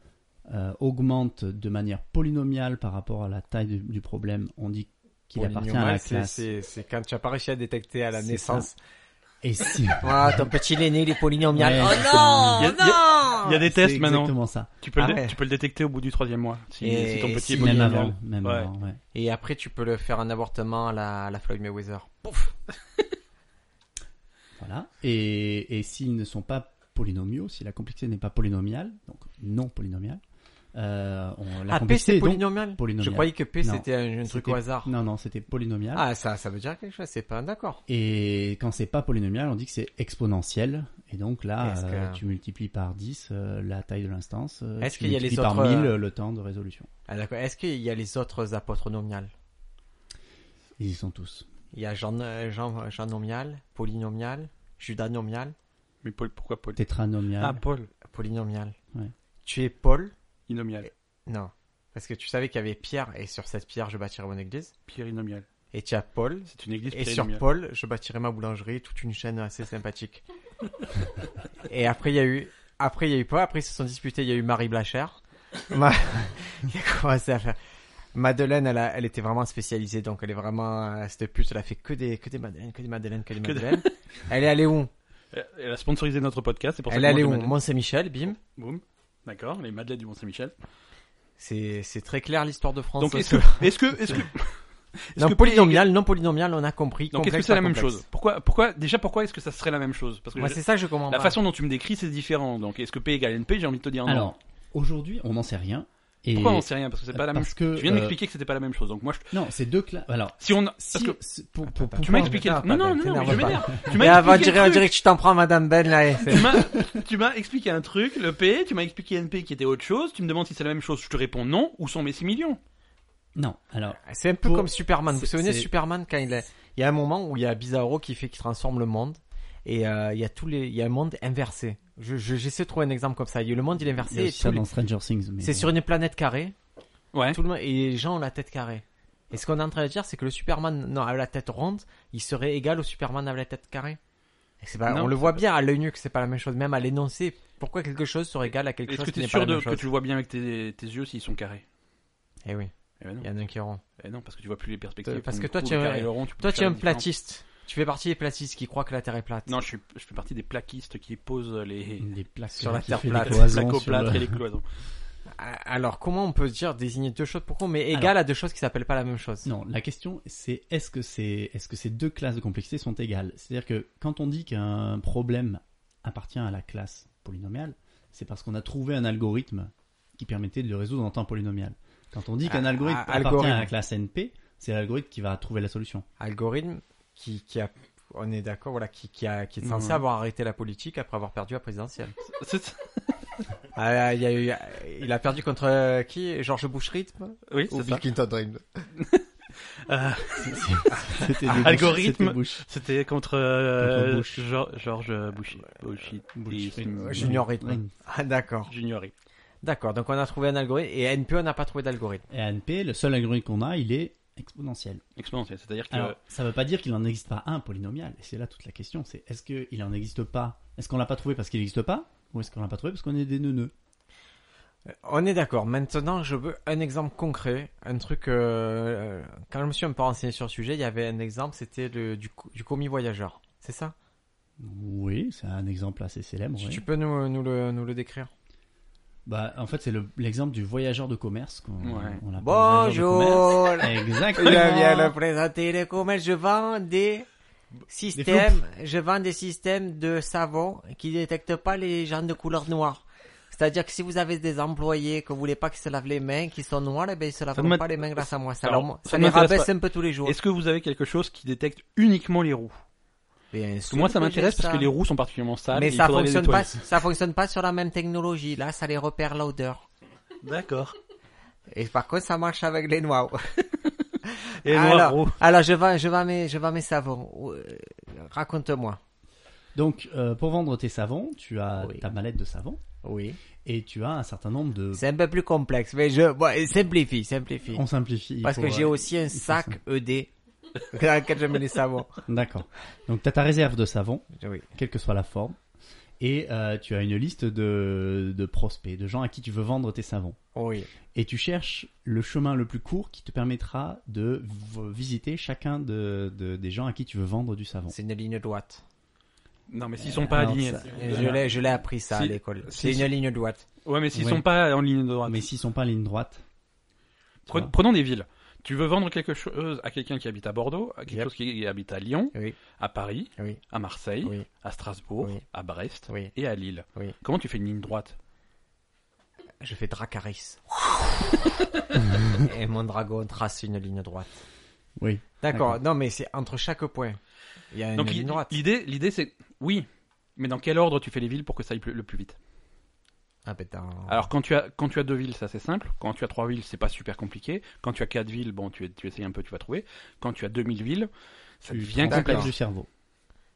euh, augmente de manière polynomiale par rapport à la taille du, du problème, on dit qu'il Pour appartient à la l'ignorant, c'est- classe. C'est c'est quand tu as pas réussi à détecter à la C'est naissance. Et si... Ah, ton petit l'aîné, il est polynomial. Ouais, Oh c'est ça. non, Il y a- il y a- non *laughs* Il y a des C'est tests maintenant. exactement ça. Tu peux, Ah le, ouais. tu peux le détecter au bout du troisième mois. Si, Et si ton petit si- est Même Même polynomial. avant, même Ouais. avant, ouais. Et après, tu peux le faire un avortement à la, à la Floyd Mayweather. Pouf Voilà. Et, et s'ils ne sont pas polynomiaux, si la complexité n'est pas polynomiale, donc non polynomiale, euh, on, la Ah, P, complexité c'est est donc polynomial Je polynomiale. croyais que P, Non. c'était un, un truc au C'était- hasard. Non, non, c'était polynomial. Ah, ça, ça veut dire quelque chose, c'est pas d'accord. Et quand c'est pas polynomial, on dit que c'est exponentiel. Et donc là, Est-ce euh, que- tu multiplies par 10 euh, la taille de l'instance. euh, Est-ce tu qu'il y a les multiplies par autres, 1000 euh, le temps de résolution. Ah, d'accord. Est-ce qu'il y a les autres apôtres nomiales Ils y sont tous. Il y a Jean, euh, Jean, Jean nomial, polynomial, Judas nomial, Mais Paul, pourquoi Paul Tétranomial. Ah, Paul, polynomial. Ouais. Tu es Paul inomial. Non. Parce que tu savais qu'il y avait Pierre, et sur cette pierre, je bâtirai mon église. Pyrinomial. Et tu as Paul, C'est une église Et sur pyrinomiale. Paul, je bâtirai ma boulangerie, toute une chaîne assez sympathique. *laughs* et après, il y a eu, après, il y a eu pas, après, ils se sont disputés, il y a eu Marie Blacher. Ma- *laughs* il a commencé à faire. Madeleine, elle, a- elle était vraiment spécialisée, donc elle est vraiment, euh, cette pute, elle a fait que des, que des madeleines, que des madeleines, que des Que des- *laughs* madeleines. elle est allée où? Elle- Elle a sponsorisé notre podcast. C'est pour ça Elle est que moi, allée je où? l'ai Mont-Saint-Michel, bim. mal- Boum. D'accord, les madeleines du Mont-Saint-Michel. C'est, c'est très clair l'histoire de France. Donc ce est-ce soir. que, est-ce que, est-ce que, est-ce non, que- polynomial, non polynomial, on a compris. Donc est-ce que complexe, c'est la pas même complexe. chose Pourquoi, pourquoi, déjà pourquoi est-ce que ça serait la même chose Parce que Moi, je- c'est ça que je comprends la pas. façon dont tu me décris, c'est différent. Donc est-ce que P égale NP J'ai envie de te dire non. Alors, aujourd'hui, on n'en sait rien. Et pourquoi on sait rien Parce que c'est pas la même. Parce que, Tu viens de euh, m'expliquer que c'était pas la même chose. Donc moi, je... Non, c'est deux classes. Alors, si on, parce si, que si- pour, pour attends, tu pouvoir- m'as expliqué. m'énerve, Non, non, Pavel, non, mais je t'énerve m'énerve. Tu Mais m'as avant, on expliqué. dirait, on le truc. dirait que tu t'en prends, Madame Ben, là. et c'est- tu m'as, tu m'as expliqué un truc, le P, tu m'as expliqué NP qui était autre chose, tu me demandes si c'est la même chose, je te réponds non, où sont mes 6 millions Non, alors, Ah, C'est un peu Pour- comme Superman. Vous vous c'est- souvenez c'est- Superman quand il est... il y a un moment où il y a Bizarro qui fait qu'il transforme le monde et euh, il y a tous les il y a un monde inversé. Je je- j'essaie de trouver un exemple comme ça. Il y a le monde il est il y a inversé. et aussi ça tous les- dans Stranger Things. mais C'est bon. sur une planète carrée. Ouais. Tout le monde et les gens ont la tête carrée. Et ce qu'on est en train de dire c'est que le Superman non à la tête ronde, il serait égal au Superman avec la tête carrée. Et c'est pas- Non, on le c'est voit bien à l'œil nu que c'est pas la même chose même à l'énoncé. Pourquoi quelque chose serait égal à quelque Est-ce chose que qui t'es n'est pas sûr la de, même que chose tu le vois bien avec tes, tes yeux s'ils sont carrés Eh oui, Eh ben non. il y en a un qui est rond. Eh non, parce que tu vois plus les perspectives. Parce Donc, que du toi, coup, tu le es- carré et le rond, tu peux Toi plus tu es faire un la différence. platiste. Tu fais partie des platistes qui croient que la Terre est plate. Non, je, suis, je fais partie des plaquistes qui posent les des plaques sur la qui terre fait des plate. cloisons sur placoplâtres le- et *laughs* les *laughs* cloisons. Alors, comment on peut dire désigner deux choses Pourquoi on met égal à deux choses qui s'appellent pas la même chose Non, la question c'est est-ce que, c'est, est-ce que ces deux classes de complexité sont égales C'est-à-dire que quand on dit qu'un problème appartient à la classe polynomiale, c'est parce qu'on a trouvé un algorithme qui permettait de le résoudre en temps polynomial. Quand on dit qu'un Ah, algorithme ah, appartient algorithme. à la classe NP, c'est l'algorithme qui va trouver la solution. Algorithme qui, qui a, on est d'accord, voilà, qui, qui, a, qui est censé Mhm. avoir arrêté la politique après avoir perdu la présidentielle. C'est- Ah, il, y a eu- il a perdu contre euh, qui George Bush rythme Oui, c'est ça. Clinton Dream Euh, C'était des Algorithme. bouches, C'était contre, euh, Contre Bush. Geor- George Bush. Bush. Bush. Bush. Junior rythme. Euh, Oui. Ah, d'accord. Junior. Hip. D'accord, donc on a trouvé un algorithme et NPE, on n'a pas trouvé d'algorithme. Et à NP, le seul algorithme qu'on a, il est exponentiel. Exponentiel. C'est-à-dire que Alors, ça ne veut pas dire qu'il n'en existe pas un polynomial. Et c'est là toute la question. C'est est-ce qu'il n'en existe pas Est-ce qu'on l'a pas trouvé parce qu'il n'existe pas Ou est-ce qu'on l'a pas trouvé parce qu'on est des neuneux On est d'accord. Maintenant, je veux un exemple concret, un truc. euh, euh, quand je me suis un peu renseigné sur le sujet, il y avait un exemple, c'était le- du, co- du commis voyageur. C'est ça Oui, c'est un exemple assez célèbre. Tu- ouais. Tu peux nous, nous, le, nous le décrire Bah, en fait, c'est le- l'exemple du voyageur de commerce. qu'on- Ouais. on l'appelle voyageur Bonjour. de commerce. Je Exactement. viens de présenter les commerces. Je vends des systèmes. je vends des systèmes de savon qui détectent pas les gens de couleur noire. C'est-à-dire que si vous avez des employés que vous voulez pas qu'ils se lavent les mains, qui sont noirs, eh ben ils se Ça lavent ne pas m'int- les mains grâce à moi. Ça, Alors, leur- ça ça ne les m'intéresse rabaisse un peu tous les jours. Est-ce que vous avez quelque chose qui détecte uniquement les roues Bien Parce que sûr moi, que ça j'ai m'intéresse parce que les roues sont particulièrement sales. et Mais il ça faudrait les fonctionne nettoyer. pas, ça fonctionne pas sur la même technologie. Là, ça les repère l'odeur. D'accord. Et par contre, ça marche avec les noirs. Et oh. alors, noir, roux. alors, je vais, je vais mes, je vais mes savons. Euh, Raconte-moi. Donc, euh, pour vendre tes savons, tu as Oui. ta mallette de savon Oui. et tu as un certain nombre de. C'est un peu plus complexe, mais je, bon, et simplifie, simplifie. On simplifie. il Parce faut, que j'ai euh, aussi un faut sac ED *laughs* dans lequel je mets les savons. D'accord. Donc, tu as ta réserve de savon, Oui. quelle que soit la forme, et euh, tu as une liste de, de prospects, de gens à qui tu veux vendre tes savons. Oui. Et tu cherches le chemin le plus court qui te permettra de v- visiter chacun de, de- des gens à qui tu veux vendre du savon. C'est une ligne droite. Non, mais s'ils sont pas Alors, alignés. Ah, ça- Et Je l'ai, euh, je l'ai appris ça à Si- l'école. si- C'est si- une ligne droite. Ouais, mais s'ils Ouais. sont pas en ligne droite. Ah, Mais s'ils sont pas en ligne droite, tu Pre- vois. Prenons des villes. Tu veux vendre quelque chose à quelqu'un qui habite à Bordeaux, à quelque Yep. chose qui habite à Lyon, Oui. à Paris, Oui. à Marseille, Oui. à Strasbourg, Oui. à Brest Oui. et à Lille. Oui. Comment tu fais une ligne droite Je fais Dracaris. Et mon dragon trace une ligne droite. oui. D'accord. Non, mais c'est entre chaque point. Il y a une Donc ligne l'i- droite. l'idée, l'idée c'est oui, mais dans quel ordre tu fais les villes pour que ça aille plus- le plus vite Ah putain. Alors quand tu as quand tu as deux villes, ça c'est simple. Quand tu as trois villes, c'est pas super compliqué. Quand tu as quatre villes, bon, tu, es- tu essayes un peu, tu vas trouver. Quand tu as 2000 villes, ça Tu devient transfères d'accord. complexe. du cerveau.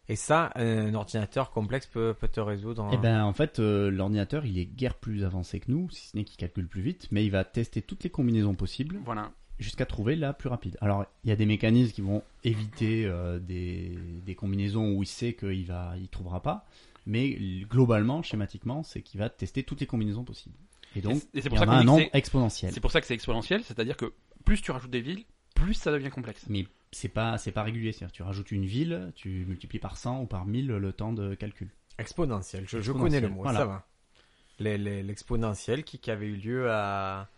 Et ça, un ordinateur complexe peut, peut te résoudre. Eh ben, en fait, euh, l'ordinateur, il est guère plus avancé que nous, si ce n'est qu'il calcule plus vite, mais il va tester toutes les combinaisons possibles Voilà. jusqu'à trouver la plus rapide. Alors, il y a des mécanismes qui vont éviter euh, des, des combinaisons où il sait qu'il va, il trouvera pas, mais l- globalement, schématiquement, c'est qu'il va tester toutes les combinaisons possibles. Et donc, Et c'est il pour y ça en a qu'on un dit que nombre c'est- exponentiel. C'est pour ça que c'est exponentiel, c'est-à-dire que plus tu rajoutes des villes, plus ça devient complexe. Mais c'est pas, c'est pas régulier. C'est-à-dire, tu rajoutes une ville, tu multiplies par 100 ou par 1000 le temps de calcul. Exponentiel. Je, je Exponentiel, connais le mot. voilà. Ça va. Les- les- L'exponentiel qui, qui avait eu lieu à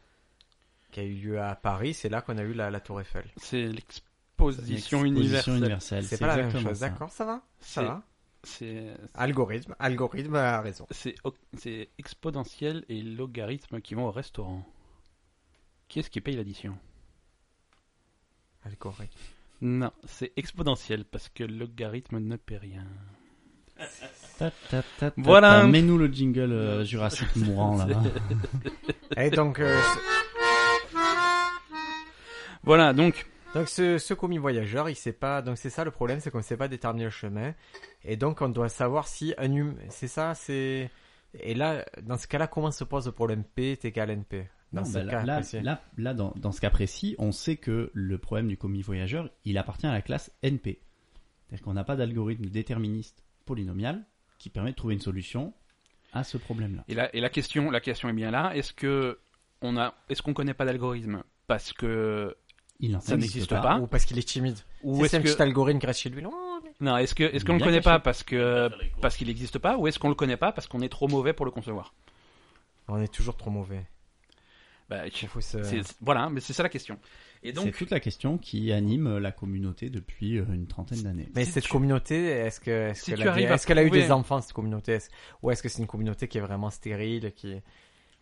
qui a eu lieu à Paris, c'est là qu'on a eu la, la Tour Eiffel. C'est l'exposition Exposition universelle. universelle. C'est pas la même exactement chose, ça. d'accord Ça va Ça C'est- va C'est Algorithme, algorithme a raison. c'est o- c'est exponentiel et logarithme qui vont au restaurant. Qui est-ce qui paye l'addition Algorithme. Non, c'est exponentiel parce que logarithme ne paie rien. Ta, ta, ta, ta, Voilà. ta. Mets-nous le jingle *laughs* euh, Jurassic mourant là. Et donc, euh, ce- Voilà, donc donc ce, ce commis voyageur, il sait pas. Donc c'est ça le problème, c'est qu'on sait pas déterminer le chemin. Et donc on doit savoir si un humain. C'est ça, c'est. Et là, dans ce cas-là, comment se pose le problème P est égal NP Dans Non, ce bah, cas là, là, précis. là, là, dans, dans ce cas précis, on sait que le problème du commis voyageur, il appartient à la classe NP. C'est-à-dire qu'on n'a pas d'algorithme déterministe polynomial qui permet de trouver une solution à ce problème-là. et la, et la question la question est bien là. Est-ce que on a est-ce qu'on connaît pas d'algorithme parce que Il en ça n'existe pas Ou parce qu'il est timide. hein ou c'est est-ce un petit que algorithme qui reste chez lui. Oh, Non, mais- non est-ce que est-ce qu'on Bien le connaît caché. pas parce que Dans les cours. parce qu'il n'existe pas ou est-ce qu'on le connaît pas parce qu'on est trop mauvais pour le concevoir On est toujours trop mauvais. Bah, je- Il faut se- c'est- c'est- voilà, mais c'est ça la question. Et C'est donc, toute la question qui anime la communauté depuis euh, une trentaine d'années. Mais si cette tu- communauté, est-ce que, est-ce Si qu'elle tu a, des- arrives à est-ce qu'elle a eu trouver- des enfants cette communauté Est-ce- Ou est-ce que c'est une communauté qui est vraiment stérile, qui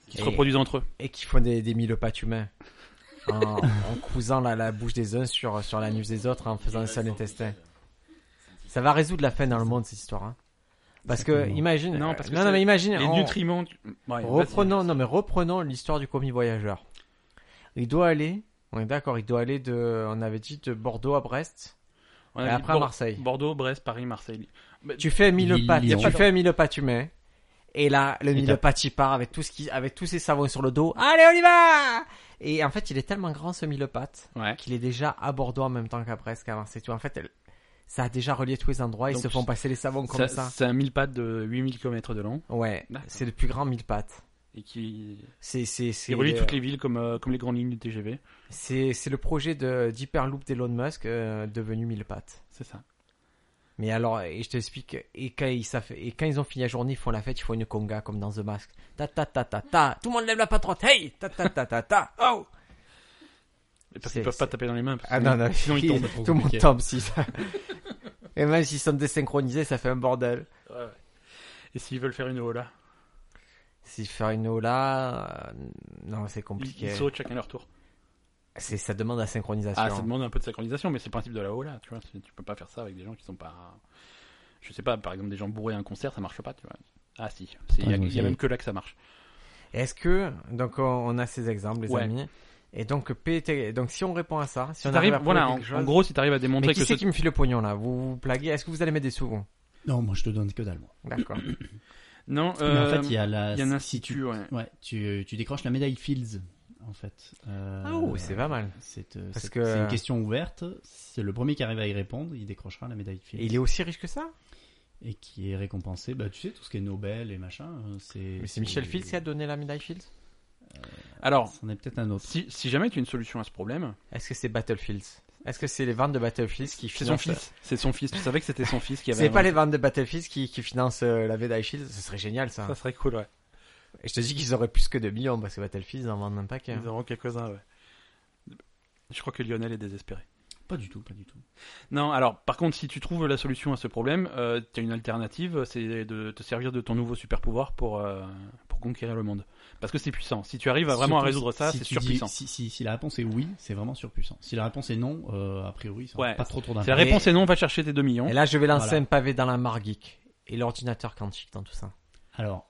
ils se et- reproduisent entre eux. et qui font des, des mille pattes humains *laughs* en, en cousant la, la bouche des uns sur sur la nuque des autres en faisant un seul euh, intestin. Ça va résoudre la fin dans le monde cette histoire. hein. Parce que Certainement. imagine. Non, parce que non, c'est- mais imagine. Les on- nutriments. du- Ouais, reprenons, non mais reprenons l'histoire du commis voyageur. Il doit aller. On est d'accord. Il doit aller de. On avait dit de Bordeaux à Brest. vas-y. On a et dit après à Bor- Marseille. Bordeaux, Brest, Paris, Marseille. Mais- Tu fais mille Lille, pattes, Lyon. tu fais mille pattes humains. Et là, le Et mille t'as- pattes, il part avec tout ce qui, avec tous ses savons sur le dos. Allez, on y va! Et en fait, il est tellement grand, ce mille pattes, Ouais. qu'il est déjà à Bordeaux en même temps qu'à Brest, qu'à Marseille. Tu vois, en fait, elle- ça a déjà relié tous les endroits, ils Donc, se font passer les savons comme Ça- ça. C'est un mille pattes de 8000 km de long Ouais. D'accord. C'est le plus grand mille pattes. et qui, C'est, c'est, qui c'est, relie euh, toutes les villes comme, euh, comme les grandes lignes du TGV. c'est, c'est le projet de, d'Hyperloop d'Elon Musk, euh, devenu mille pattes. C'est ça. Mais alors, et je t'explique, et quand ils savent- et quand ils ont fini la journée, ils font la fête, ils font une conga comme dans The Mask. Ta ta ta ta ta, tout le monde lève la patte droite, hey, ta ta ta ta *laughs* ta, oh. Et Parce C'est- qu'ils peuvent pas taper dans les mains. parce que Ah non *laughs* non, Sinon ils tombent. tout le monde tombe si *laughs* ça. Et même s'ils sont désynchronisés, ça fait un bordel. Et s'ils veulent faire une hola Si faire une là, euh, non, c'est compliqué. Ils sautent chacun leur tour. C'est, ça demande la synchronisation. Ah, ça demande un peu de synchronisation, mais c'est le principe de la hola, tu vois. c'est- Tu peux pas faire ça avec des gens qui sont pas. Je sais pas, par exemple, des gens bourrés à un concert, ça marche pas, tu vois. Ah si, C'est- il y, a- Ah, donc il y a c'est- même que là que ça marche. Est-ce que donc on- on a ces exemples, les Ouais. amis Et donc P, t'es- donc si on répond à ça, si Si on t'arrives- arrive à prouver voilà, en, quelque en chose- gros, si t'arrives à démontrer mais qui que c'est ce- qui me file le pognon là Vous vous plaguez Est-ce que vous allez mettre des sous vous Non, moi je te donne que dalle, moi. *coughs* D'accord. non, Mais euh, en fait, il y a la. il y a un si tu- institut, ouais. Ouais, tu, tu décroches la médaille Fields, en fait. Euh, Ah ouh, c'est pas mal. C'est euh, Parce c'est- que- c'est une question ouverte. C'est le premier qui arrive à y répondre, il décrochera la médaille Fields. Et il est aussi riche que ça Et qui est récompensé, bah tu sais, tout ce qui est Nobel et machin. euh, C'est. Mais c'est Michel Fields qui a donné la médaille Fields Alors, C'en est peut-être un autre. si, si jamais tu as une solution à ce problème, Est-ce que c'est Battlefields Est-ce que c'est les ventes de Battlefields qui c'est son financent fils. C'est son fils. Tu savais que c'était son *laughs* fils qui avait. C'est pas inventé- les ventes de Battlefields qui, qui financent euh, la médaille Shields Ce serait génial ça. Ça serait cool, ouais. Et je te dis qu'ils auraient plus que 2 millions parce que Battlefields en vendent un paquet. hein. Ils auront quelques-uns, ouais. Je crois que Lionel est désespéré. Pas du tout, pas du tout. Non, alors, par contre, si tu trouves la solution à ce problème, euh, tu as une alternative, c'est de te servir de ton nouveau super pouvoir pour, euh, pour conquérir le monde. Parce que c'est puissant. Si tu arrives à vraiment à Surtout résoudre ça, si c'est tu dis- surpuissant. Si, si, si la réponse est oui, c'est vraiment surpuissant. Si la réponse est non, euh, a priori, ça n'a Ouais. pas trop trop Si la d'intérêt. réponse est non, va chercher tes 2 millions. Et là, je vais lancer Voilà. un pavé dans la mare geek et l'ordinateur quantique dans tout ça. Alors,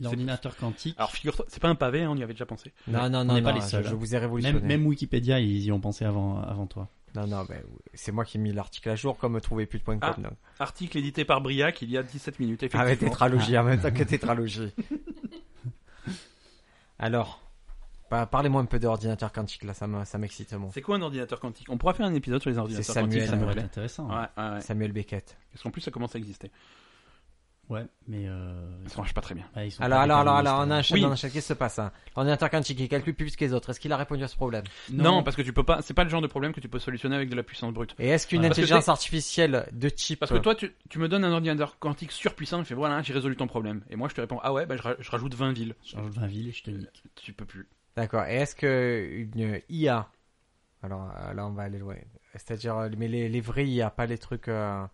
l'ordinateur quantique, Alors, figure-toi, c'est pas un pavé, hein, on y avait déjà pensé. Non, non, non, n'est pas non, les je- seuls, Je, hein. vous ai révolutionné. même, même Wikipédia, ils y ont pensé avant, avant toi. Non, non, ben, c'est moi qui ai mis l'article à jour comme trouver plus de points de Ah. com, donc. Article édité par Briac il y a 17 minutes, effectivement. Avec tétralogie, en même temps que *laughs* tétralogie. Alors, bah, parlez-moi un peu d'ordinateur quantique, là, ça me- ça m'excite, moi. Ah. C'est quoi un ordinateur quantique On pourra faire un épisode sur les ordinateurs Samuel, quantiques, ça me ouais. plaît. intéressant. Ouais, ouais, ouais. Samuel Beckett. Parce qu'en plus, ça commence à exister. Ouais, mais euh, Ça marche pas très bien. ouais, ils sont Alors, pas alors, alors, déterministes, alors, on hein. enchaîne, Oui. on enchaîne, qu'est-ce qui se passe, hein L'ordinateur quantique, il calcule plus vite que les autres. Est-ce qu'il a répondu à ce problème? Non, parce que tu peux pas. C'est pas le genre de problème que tu peux solutionner avec de la puissance brute. Et est-ce Bah, qu'une Parce que intelligence artificielle de chip... Parce que toi, tu, tu me donnes un ordinateur quantique surpuissant, il fait voilà, j'ai résolu ton problème. Et moi, je te réponds ah ouais, bah, je, ra- je rajoute 20 villes. Change 20 villes et je te nique. Tu peux plus. D'accord. Et est-ce que une IA, alors euh, là on va aller loin, c'est-à-dire euh, mais les, les vrais IA, pas les trucs, euh,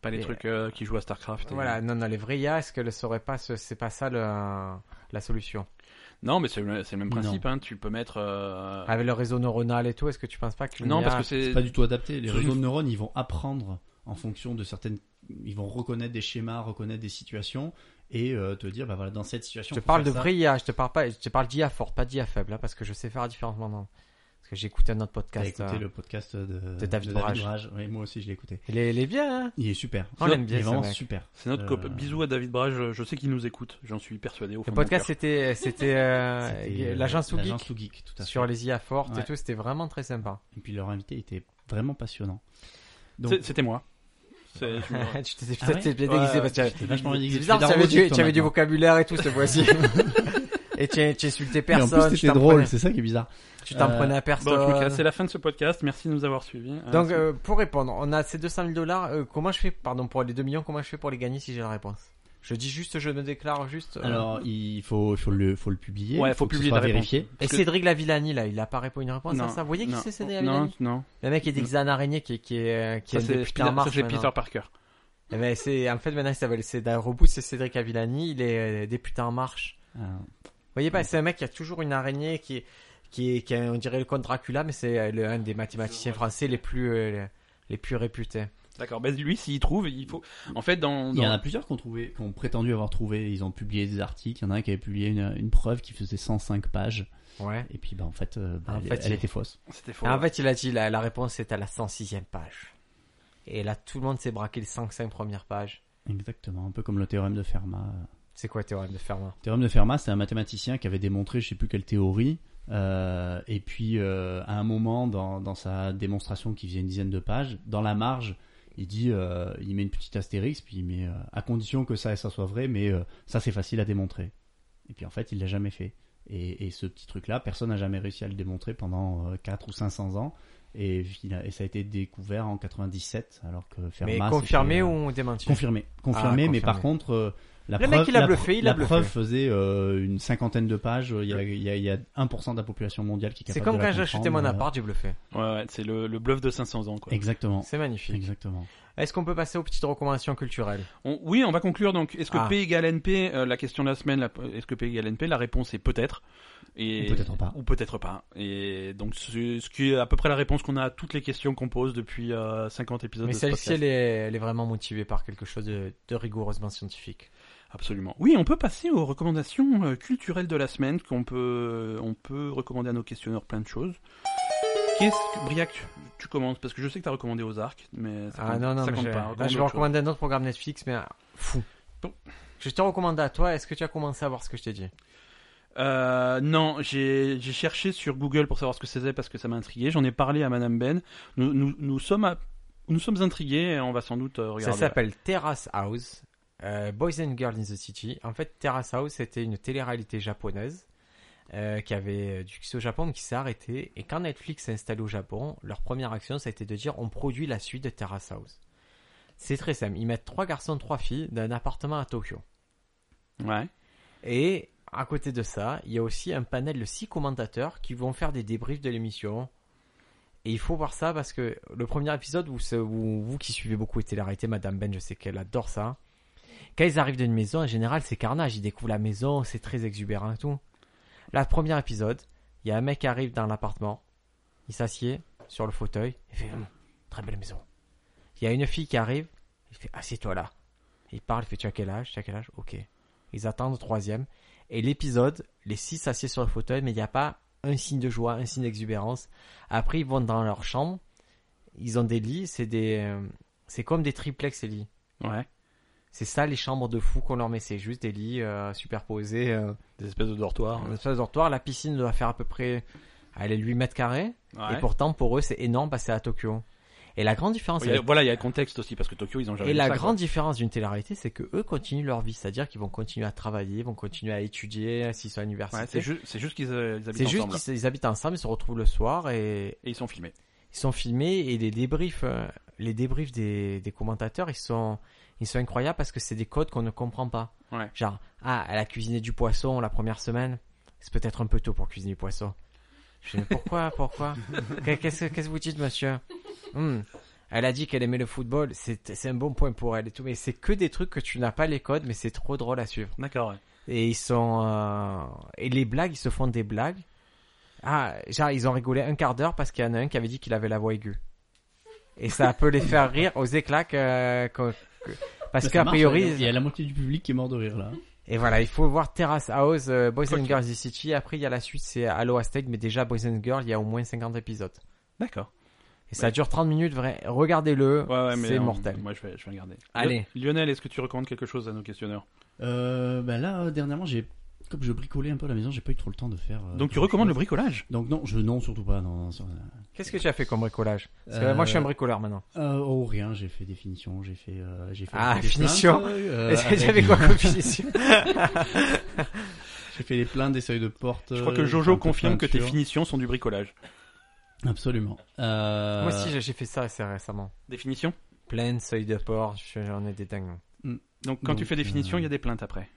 Pas les Mais- trucs euh, qui jouent à StarCraft. et- voilà, non non les vrais IA, est-ce que le serait pas, ce- c'est pas ça le, la solution Non, mais c'est le, c'est le même Non. principe. Hein. Tu peux mettre. Ah. euh, avec le réseau neuronal et tout, est-ce que tu penses ah, pas que non, parce que c'est. C'est pas du tout adapté. Les Sous réseaux une- de neurones, ils vont apprendre en fonction de certaines. Ils vont reconnaître des schémas, reconnaître des situations et euh, te dire, bah voilà, dans cette situation. je te faut parle de faire ça. vraie IA, je te parle pas, je te parle d'IA forte, pas d'IA faible, hein, parce que je sais faire la différence maintenant, parce que j'ai écouté un autre T'as podcast. écouté euh, le podcast de, de David Orage. Orage. Oui, moi aussi, je l'ai écouté. Il est, il est bien. hein Il est super. On l'aime il bien. est ce vraiment mec. super. C'est notre Euh, copain. Bisous à David Brage, je- je sais qu'il nous écoute, j'en suis persuadé. Au fond Le de mon podcast cœur. c'était c'était euh, C'était, euh, l'agence ou L'agence geek ou geek, tout à fait. sur les IA fortes et Ouais. tout, c'était vraiment très sympa. Et puis leur invité était vraiment passionnant. Donc, C'est- C'était moi. C'est- je me- *laughs* tu t'es Ah ouais peut-être bien Ouais, déguisé ouais, parce que c'est vachement C'est déguisé. bizarre, Tu tu fais avais, de la du, robotique, tu avais du toi, vocabulaire et tout cette *laughs* fois-ci. *laughs* et tu, tu insultais maintenant. Mais personne. en plus, tu c'était t'en drôle, prenais- c'est ça qui est bizarre. tu t'en Euh, prenais à Bon, je me casse. personne. c'est la fin de ce podcast. Merci de nous avoir suivis. Hein, Donc, c'est- euh, pour répondre, on a ces 200 000 dollars. euh, comment je fais, pardon, pour les 2 millions, comment je fais pour les gagner si j'ai la réponse Je dis juste, je me déclare juste. euh, Alors, il faut, faut le, faut le publier. Ouais, il faut que ce publier soit la réponse. vérifié. Et parce que- Cédric Lavillani, là, il a pas répondu à une réponse Non, à ça. Vous voyez qui non, c'est Cédric non, Lavillani non. Le mec qui est déguisé en araignée qui, qui est, euh, qui Ça, est un c'est député en Peter- ça, marche. c'est maintenant. Peter Parker. Eh ben, c'est, en fait, maintenant, il s'appelle, c'est d'un reboot, c'est Cédric Lavillani, il est euh, député en marche. Ah, Vous voyez pas, c'est un mec qui a toujours une araignée qui est, qui est, qui est- on dirait le comte Dracula, mais c'est euh, le- un des mathématiciens français les plus, euh, les- les plus réputés. D'accord, bah lui s'il trouve, il faut. En fait, dans. Il y dans- en a plusieurs qui ont trouvé, qui ont prétendu avoir trouvé. Ils ont publié des articles. Il y en a un qui avait publié une, une preuve qui faisait 105 pages. Ouais. Et puis, bah, en fait, euh, Ah, bah, En elle, fait, elle il- était fausse. C'était faux. Et Ah, En fait, il a dit la, la réponse est à la 106e page. Et là, tout le monde s'est braqué les 105 premières pages. Exactement. Un peu comme le théorème de Fermat. C'est quoi le théorème de Fermat Le théorème de Fermat, c'est un mathématicien qui avait démontré, je sais plus quelle théorie. euh, et puis, euh, à un moment, dans, dans sa démonstration qui faisait une dizaine de pages, dans la marge, il dit, euh, il met une petite astérix, puis il met, euh, à condition que ça et ça soit vrai, mais euh, ça c'est facile à démontrer. Et puis en fait, il l'a jamais fait. Et, et ce petit truc-là, personne n'a jamais réussi à le démontrer pendant euh, 4 ou 500 ans. Et, il a- et ça a été découvert en 97, alors que Fermat. Mais c'était, confirmé euh, ou on démenti Confirmé, confirmé, Ah, mais confirmé. par contre, euh, la Le preuve, mec, il a la bluffé, il la a bluffé. preuve faisait euh, une cinquantaine de pages. euh, Il y a, il y a- il y a 1% de la population mondiale qui est C'est capable comme de la quand j'ai acheté comprendre, mon euh, appart, j'ai bluffé. Ouais, ouais, c'est le, le bluff de 500 ans, quoi. Exactement, C'est magnifique. exactement. Est-ce qu'on peut passer aux petites recommandations culturelles On- oui, on va conclure donc. Est-ce que Ah. P égale NP euh, La question de la semaine, la- est-ce que P égale NP La réponse est peut-être. Et... Ou peut-être pas. Ou peut-être pas. Et donc, c'est ce qui est à peu près la réponse qu'on a à toutes les questions qu'on pose depuis euh, 50 épisodes Mais de ce celle-ci, podcast. elle est, elle est vraiment motivée par quelque chose de, de rigoureusement scientifique. Absolument. Oui, on peut passer aux recommandations euh, culturelles de la semaine qu'on peut, euh, on peut recommander à nos questionneurs plein de choses. Qu'est-ce que, Briac, tu- tu commences Parce que je sais que tu as recommandé aux arcs, mais ça compte, Ah non, non, ça mais compte je, pas. là, Recommande je vais autre chose. recommander un autre programme Netflix, mais euh, fou. Bon. Je te recommande à toi, est-ce que tu as commencé à voir ce que je t'ai dit Euh, non, j'ai j'ai cherché sur Google pour savoir ce que c'était parce que ça m'a intrigué. J'en ai parlé à Madame Ben. Nous, nous, nous sommes, à- nous sommes intrigués et on va sans doute euh, Ça regarder. s'appelle Terrace House, euh, Boys and Girls in the City. En fait, Terrace House, c'était une télé-réalité japonaise euh, qui avait euh, du succès au Japon, mais qui s'est arrêtée. Et quand Netflix s'est installé au Japon, leur première action, ça a été de dire on produit la suite de Terrace House. C'est très simple. Ils mettent trois garçons, trois filles d'un appartement à Tokyo. Ouais. Et à côté de ça, il y a aussi un panel de six commentateurs qui vont faire des débriefs de l'émission. Et il faut voir ça parce que le premier épisode, vous, vous, vous qui suivez beaucoup les télé-réalités, Madame Ben, je sais qu'elle adore ça. Quand ils arrivent d'une maison, en général, c'est carnage. Ils découvrent la maison, c'est très exubérant et tout. Là, premier épisode, il y a un mec qui arrive dans l'appartement. Il s'assied sur le fauteuil. Il fait Hum, Très belle maison. Il y a une fille qui arrive. Il fait Assieds-toi là. Il parle, il fait Tu as quel âge Tu as quel âge Ok. Ils attendent au troisième. Et l'épisode, les six assieds sur le fauteuil, mais il n'y a pas un signe de joie, un signe d'exubérance. Après, ils vont dans leur chambre. Ils ont des lits, c'est des, euh, c'est comme des triplex les lits. Ouais. C'est ça les chambres de fous qu'on leur met, c'est juste des lits euh, superposés, euh, Des espèces de dortoirs. un espèce de dortoir. La piscine doit faire à peu près, elle est 8 mètres carrés. Ouais. Et pourtant, pour eux, c'est énorme parce que c'est à Tokyo. Et la grande différence, Il y a- avec- voilà, il y a le contexte aussi parce que Tokyo, ils ont jamais et vu la ça, quoi. grande différence d'une télé-réalité, c'est que eux continuent leur vie, c'est-à-dire qu'ils vont continuer à travailler, vont continuer à étudier s'ils sont à l'université. Ouais, c'est ju- c'est juste qu'ils euh, ils C'est habitent juste ensemble. qu'ils ils habitent ensemble, ils se retrouvent le soir et Et ils sont filmés. ils sont filmés et les débriefs, euh, les débriefs des, des commentateurs, ils sont, ils sont incroyables parce que c'est des codes qu'on ne comprend pas. Ouais. Genre, ah, elle a cuisiné du poisson la première semaine, c'est peut-être un peu tôt pour cuisiner du poisson. Je dis, mais pourquoi, *laughs* pourquoi Qu'est- Qu'est-ce que qu'est-ce que vous dites, monsieur Hmm. Elle a dit qu'elle aimait le football, c'est c'est un bon point pour elle et tout, mais c'est que des trucs que tu n'as pas les codes, mais c'est trop drôle à suivre. D'accord. ouais. Et ils sont euh, et les blagues, ils se font des blagues. Ah, genre ils ont rigolé un quart d'heure parce qu'il y en a un qui avait dit qu'il avait la voix aiguë. Et ça peut les faire rire aux éclats que- que- que- parce Bah, Ça qu'a marche, priori Il y a la moitié du public qui est mort de rire là. et voilà, il faut voir Terrace House, euh, Boys and Ok. Girls the City. Après il y a la suite, c'est Allo Aztec, mais déjà Boys and Girls, il y a au moins 50 épisodes. D'accord. Et ça dure 30 minutes, vrai. Regardez-le, Ouais, ouais, mais c'est on- mortel. Moi, je vais, je vais regarder. Allez. Le- Lionel, est-ce que tu recommandes quelque chose à nos questionneurs Euh, bah là, euh, dernièrement, j'ai comme je bricolais un peu à la maison, j'ai pas eu trop le temps de faire. euh, Donc, tu grand recommandes le chose. bricolage Donc non, je non surtout pas. Non, non, sur- Qu'est-ce que tu as fait comme bricolage Parce que Euh, moi je suis un bricoleur maintenant. euh, oh rien, j'ai fait des finitions, j'ai fait, euh, j'ai fait. Ah, des finition. pleins de feuilles, euh, Est-ce que tu avec- avais quoi comme finition *laughs* J'ai fait les pleins des seuils de porte. Je crois euh, que j'ai fait un Jojo peu de confirme que tes peinture. finitions sont du bricolage. Absolument. Euh, Moi aussi j'ai- j'ai fait ça assez récemment. Définition Plein de seuils de porc, je- j'en ai des dingues. Donc quand tu Donc, fais des finitions, euh, il y a des plaintes après.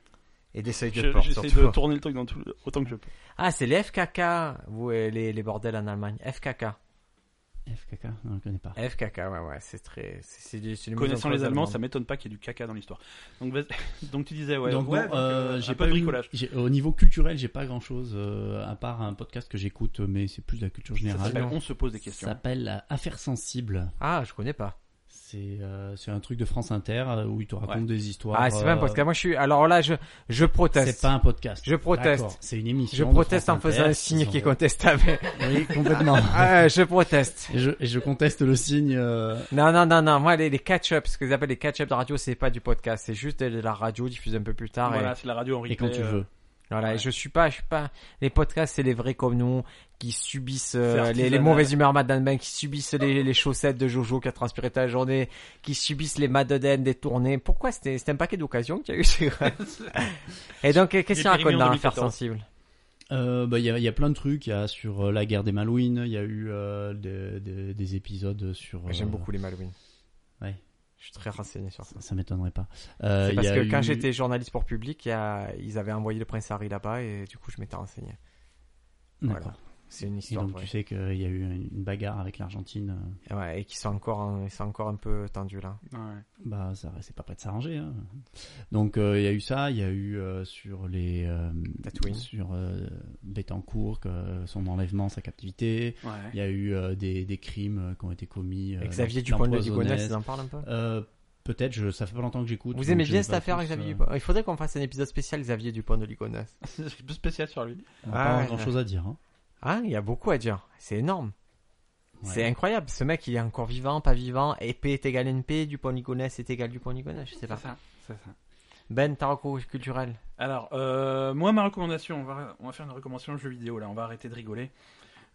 Et des seuils Je- de porc J'essaie surtout. de tourner le truc dans tout, autant que je peux. Ah, c'est les FKK, vous, euh, les, les bordels en Allemagne. FKK. FKK, non, je connais pas. FKK, ouais, ouais, c'est très. C'est c'est du. c'est du Connaissant mise en les place Allemands, allemande. ça m'étonne pas qu'il y ait du caca dans l'histoire. Donc, vas- *laughs* donc tu disais ouais. donc, ouais, non, donc, euh, euh, j'ai un peu de eu- bricolage. j'ai- Au niveau culturel, j'ai pas grand chose à part un podcast que j'écoute, mais c'est plus de la culture Ça générale. s'appelle non. on se pose des Ça questions. s'appelle euh, Affaires sensibles. Ah, je connais pas. C'est euh, c'est un truc de France Inter euh, où ils te racontent Ouais. des histoires. Ah, c'est pas un euh, podcast. Moi, je suis. Alors là, je, je proteste. C'est pas un podcast. Je proteste. D'accord, C'est une émission. Je de proteste en France faisant Inter. un signe Ils ont- qui est *laughs* contestable. Oui, complètement. ah, je proteste. *laughs* et, je, et je conteste le signe. euh, Non, non, non, non. Moi, les, les catch-up, ce qu'ils appellent les catch-up de radio, c'est pas du podcast. C'est juste de la radio diffusée un peu plus tard. et- Voilà, c'est la radio en replay. et quand tu euh, veux. Voilà, Ouais. et je suis pas, je suis pas. Les podcasts, c'est les vrais comme nous qui subissent euh, C'est artisanal. les, les mauvaises humeurs Madame Ben, qui subissent les, les chaussettes de Jojo qui a transpiré ta journée, qui subissent les Madeleines des tournées. Pourquoi c'était c'était un paquet d'occasions qu'il y a eu c'est *laughs* vrai. Et donc, euh, qu'est-ce J'ai qu'il raconte périmé en dans l'affaire 2014. sensible Euh, bah, il y a, il y a plein de trucs. Il y a sur euh, la guerre des Malouines. Il y a eu euh, des- des- des épisodes sur. euh, J'aime beaucoup les Malouines. ouais. Je suis très renseigné sur ça. Ça, ça m'étonnerait pas. Euh, C'est il parce y a que eu- quand j'étais journaliste pour public, il y a- ils avaient envoyé le prince Harry là-bas et du coup, je m'étais renseigné. D'accord. C'est une Et histoire. donc vraie. tu sais qu'il y a eu une bagarre avec l'Argentine. euh, Ouais, et qui sont encore, en- ils sont encore un peu tendus là. Ouais. Bah ça c'est pas prêt de s'arranger. hein. Donc euh, il y a eu ça, il y a eu euh, sur les euh, Tatooine. sur euh, Bettencourt, que- son enlèvement, sa captivité. Ouais. *laughs* Il y a eu euh, des, des crimes euh, qui ont été commis. euh, Et Xavier dans- Dupont de dans Ligonnès, Poisonnaise. ils en parlent un peu. Euh, Peut-être, je, ça fait pas longtemps que j'écoute. Vous donc aimez je bien vais cette pas affaire, plus, Xavier euh, Dupont Il faudrait qu'on fasse un épisode spécial Xavier Dupont de Ligonnès. C'est un peu spécial sur lui. on a Ah, pas ouais, grand ouais. chose à dire. hein. Ah, il y a beaucoup à dire. C'est énorme. Ouais. C'est incroyable. Ce mec, il est encore vivant, pas vivant. Et P est égal NP, Dupont de Ligonnès est égal Dupont de Ligonnès. Je sais pas. C'est ça. C'est ça. Ben, ta reco culturelle. Alors, euh, moi, ma recommandation, on va, on va faire une recommandation jeu vidéo là, on va arrêter de rigoler.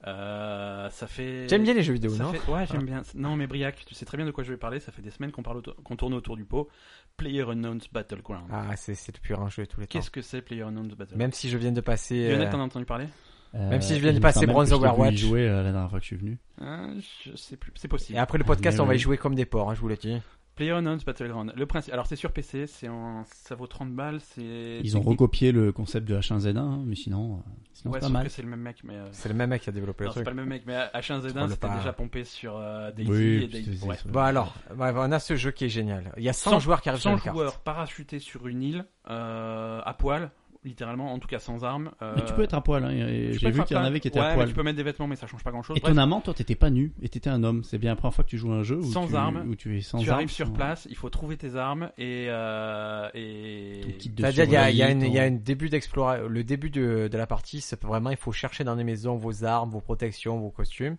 Euh, ça fait. J'aime bien les jeux vidéo, ça non fait- Ouais, j'aime bien. Non, mais Briac, tu sais très bien de quoi je vais parler. Ça fait des semaines qu'on parle, autour- qu'on tourne autour du pot. Player Unknown's Battleground. Ah, c'est c'est le plus grand jeu de tous les temps. Qu'est-ce que c'est Player Unknown's Battleground Même si je viens de passer. euh, Lionel, t'en as entendu parler Euh, Même si je viens de il me passer semble bronze que je t'ai vu y Overwatch. jouer euh, la dernière fois que je suis venu. Hein, Je sais plus. C'est Et possible. après le podcast, Mais on va y oui. jouer comme des porcs, hein, je vous le dis. Player Unknown's Battleground. Le principe. Alors, c'est sur PC. C'est en... ça vaut 30 balles. C'est. Ils ont technique- recopié le concept de H1Z1, hein, mais sinon, euh, sinon Ouais, c'est pas sauf mal. que c'est le même mec, mais. euh, C'est le même mec qui a développé le Alors, c'est truc. pas le même mec, mais H1Z1 Troll c'était pas. déjà pompé sur euh, Daisy Oui, et puis Daisy. c'est- ouais. c'est- Bon alors, bah, on a ce jeu qui est génial. Il y a 100, 100 joueurs qui arrivent sur 100 Ah, la carte. joueurs parachutés sur une île, euh, à poil, littéralement, en tout cas sans armes. euh, Mais tu peux être à poil. hein, et- tu peux J'ai être vu à qu'il y en poil. avait qui étaient ouais, à mais poil. tu peux mettre des vêtements, mais ça change pas grand chose. Étonnamment, toi, t'étais pas nu et t'étais un homme. C'est bien la première fois que tu joues à un jeu où Sans tu, armes. où tu es sans tu armes, arrives sur sans- place, il faut trouver tes armes et. euh, et... ton kit de T'as dit, Bah, il y a, il y a survie, une- ton- il y a un début d'exploration, le début de, de la partie, c'est vraiment, il faut chercher dans les maisons vos armes, vos protections, vos costumes.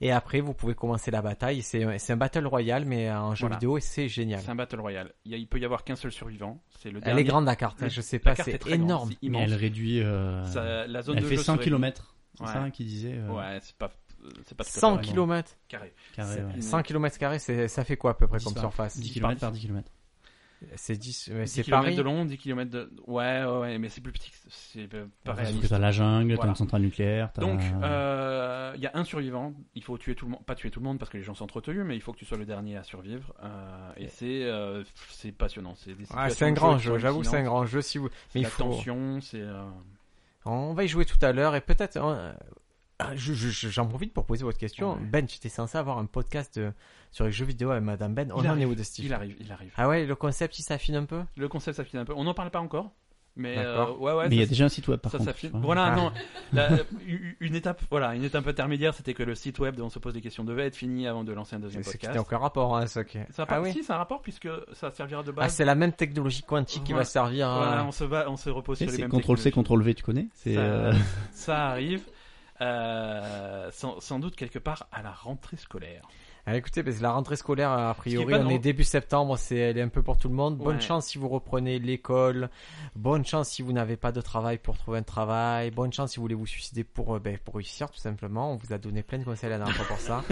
Et après, vous pouvez commencer la bataille. C'est un- c'est un battle royal, mais en jeu Voilà. vidéo, et c'est génial. C'est un battle royal. Il, y a- il peut y avoir qu'un seul survivant. C'est le Elle est dernier. grande la carte, Le- hein, je sais La pas, carte est c'est très grande, énorme. c'est Mais immense. elle réduit. euh, Ça- la zone Elle de fait jeu 100 serait- km. C'est Ouais. ça hein, qui disait. euh, Ouais, c'est pas, c'est pas tout à fait 100 vrai. km, kilomètres. carré. carré, ouais. Une- 100 km carrés, c'est- ça fait quoi à peu près Dix comme par- surface 10 dix km par- par 10 km. C'est 10, euh, 10 c'est km Paris. de long, 10 km de. Ouais, ouais, ouais, mais c'est plus petit. que- C'est euh, pas Parce que réaliste. t'as la jungle, t'as Voilà. une centrale nucléaire. t'as- Donc, euh, il y a un survivant. Il faut tuer tout le monde, pas tuer tout le monde parce que les gens s'entretuent, mais il faut que tu sois le dernier à survivre. euh, et c'est, euh, pff, c'est passionnant. C'est, des Ah, situations c'est un de grand qui sont jeu, j'avoue, c'est un hallucinantes. grand jeu. Si vous, C'est mais il la faut. tension, c'est. euh, On va y jouer tout à l'heure et peut-être. euh, ah, je- je- je- J'en profite pour poser votre question. Ouais. Ben, tu étais censé avoir un podcast de- sur les jeux vidéo avec Madame Ben. On Il en est arrive, où de Steve Il arrive, il arrive. Ah ouais, le concept il s'affine un peu Le concept s'affine un peu. On n'en parle pas encore, mais D'accord. euh, ouais, ouais. Mais il y ça a déjà un site web par ça contre. s'affine. tu vois. Voilà, Ah. non. la- u- une étape, voilà, une étape intermédiaire, c'était que le site web de On se pose des questions devait être fini avant de lancer un deuxième Ce qui n'a podcast. aucun rapport, hein, ce qui- Ça a pas- Ah oui Si, c'est un rapport puisque ça servira de Ah, base. c'est la même technologie quantique qui va Voilà. servir hein. à. voilà, on se, va, on se repose Et sur les C'est mêmes CTRL-C, technologies. CTRL-V, tu connais C'est. ça, euh, *laughs* ça arrive euh, sans, sans doute quelque part à la rentrée scolaire. Ah, écoutez, parce que la rentrée scolaire, a priori, pas on est drôle. début septembre, c'est, elle est un peu pour tout le monde. Bonne Ouais. chance si vous reprenez l'école. Bonne chance si vous n'avez pas de travail pour trouver un travail. Bonne chance si vous voulez vous suicider pour, euh, ben, pour réussir, tout simplement. On vous a donné plein de conseils la dernière fois pour *laughs* ça.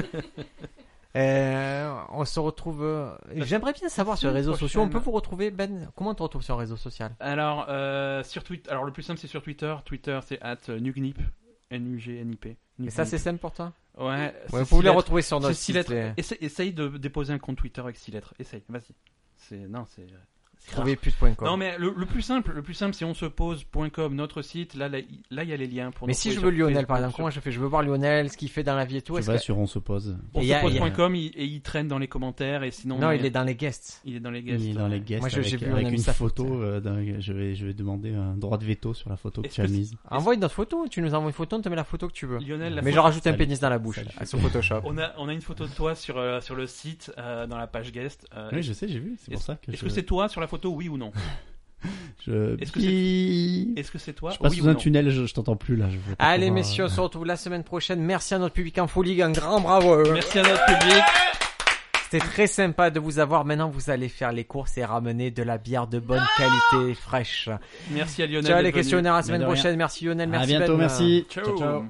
Euh, on se retrouve. euh, J'aimerais bien savoir sur les réseaux prochaine. sociaux. On peut vous retrouver, Ben. Comment on te retrouve sur les réseaux sociaux Alors, euh, sur Twitter, alors le plus simple c'est sur Twitter. Twitter c'est at euh, nugnip, N-U-G-N-I-P. Mais ça, c'est simple pour toi. Ouais, Ouais, c'est vous six pouvez les lettres. retrouver sur C'est notre six site. euh, lettres. les- Essa- Essaye de déposer un compte Twitter avec 6 lettres. Essaye, vas-y. C'est non, c'est. c'est rare. Trouvez pute.com. Non mais le, le plus simple, le plus simple, c'est on se pose.com, notre site. Là, là, il là, il y a les liens pour. Mais nous si trouver je veux sur Lionel, par Facebook, exemple, comment je fais Je veux voir Lionel, ce qu'il fait dans la vie et tout. Tu Est-ce vas que- sur On se pose. sur- On Et il y a- se pose.com il- et il traîne dans les commentaires et sinon. Non, on il est dans les guests. il est dans les guests. Il est dans les guests Moi, je- j'ai avec, vu, on avec a mis une sa photo. photo. euh, d'un- je, vais, je vais demander un droit de veto sur la photo que Est-ce tu as que c'est- mise. Envoie notre photo, tu nous envoies une photo, on te met la photo que tu veux. Lionel, la Mais photo- genre rajoute un Salut. pénis dans la bouche Salut. euh, sur Photoshop. on a, on a une photo de toi sur, euh, sur le site, euh, dans la page guest. euh, Oui, je sais, j'ai vu. C'est pour ça que Est-ce je. que c'est toi sur la photo, oui ou non je... est-ce que Piiiiiiiiiiiiiiiiiiiiiiiiiiiiiiiiiiiiiiiiiiiiiiiiiiiiiiiiiiiiles, Est-ce que c'est toi Je passe Oui sous ou un non tunnel, je, je t'entends plus là. Je veux pas Allez pouvoir, messieurs, euh, on se retrouve la semaine prochaine. Merci à notre public en folie, un grand bravo. à eux. Merci à notre public. C'était très sympa de vous avoir. Maintenant, vous allez faire les courses et ramener de la bière de bonne qualité, fraîche. Merci à Ah Lionel. Ciao les d'être venu. questionnaires à la semaine Mais de rien. prochaine. Merci Lionel, euh, À merci bientôt, Ben. merci. Ciao. ciao.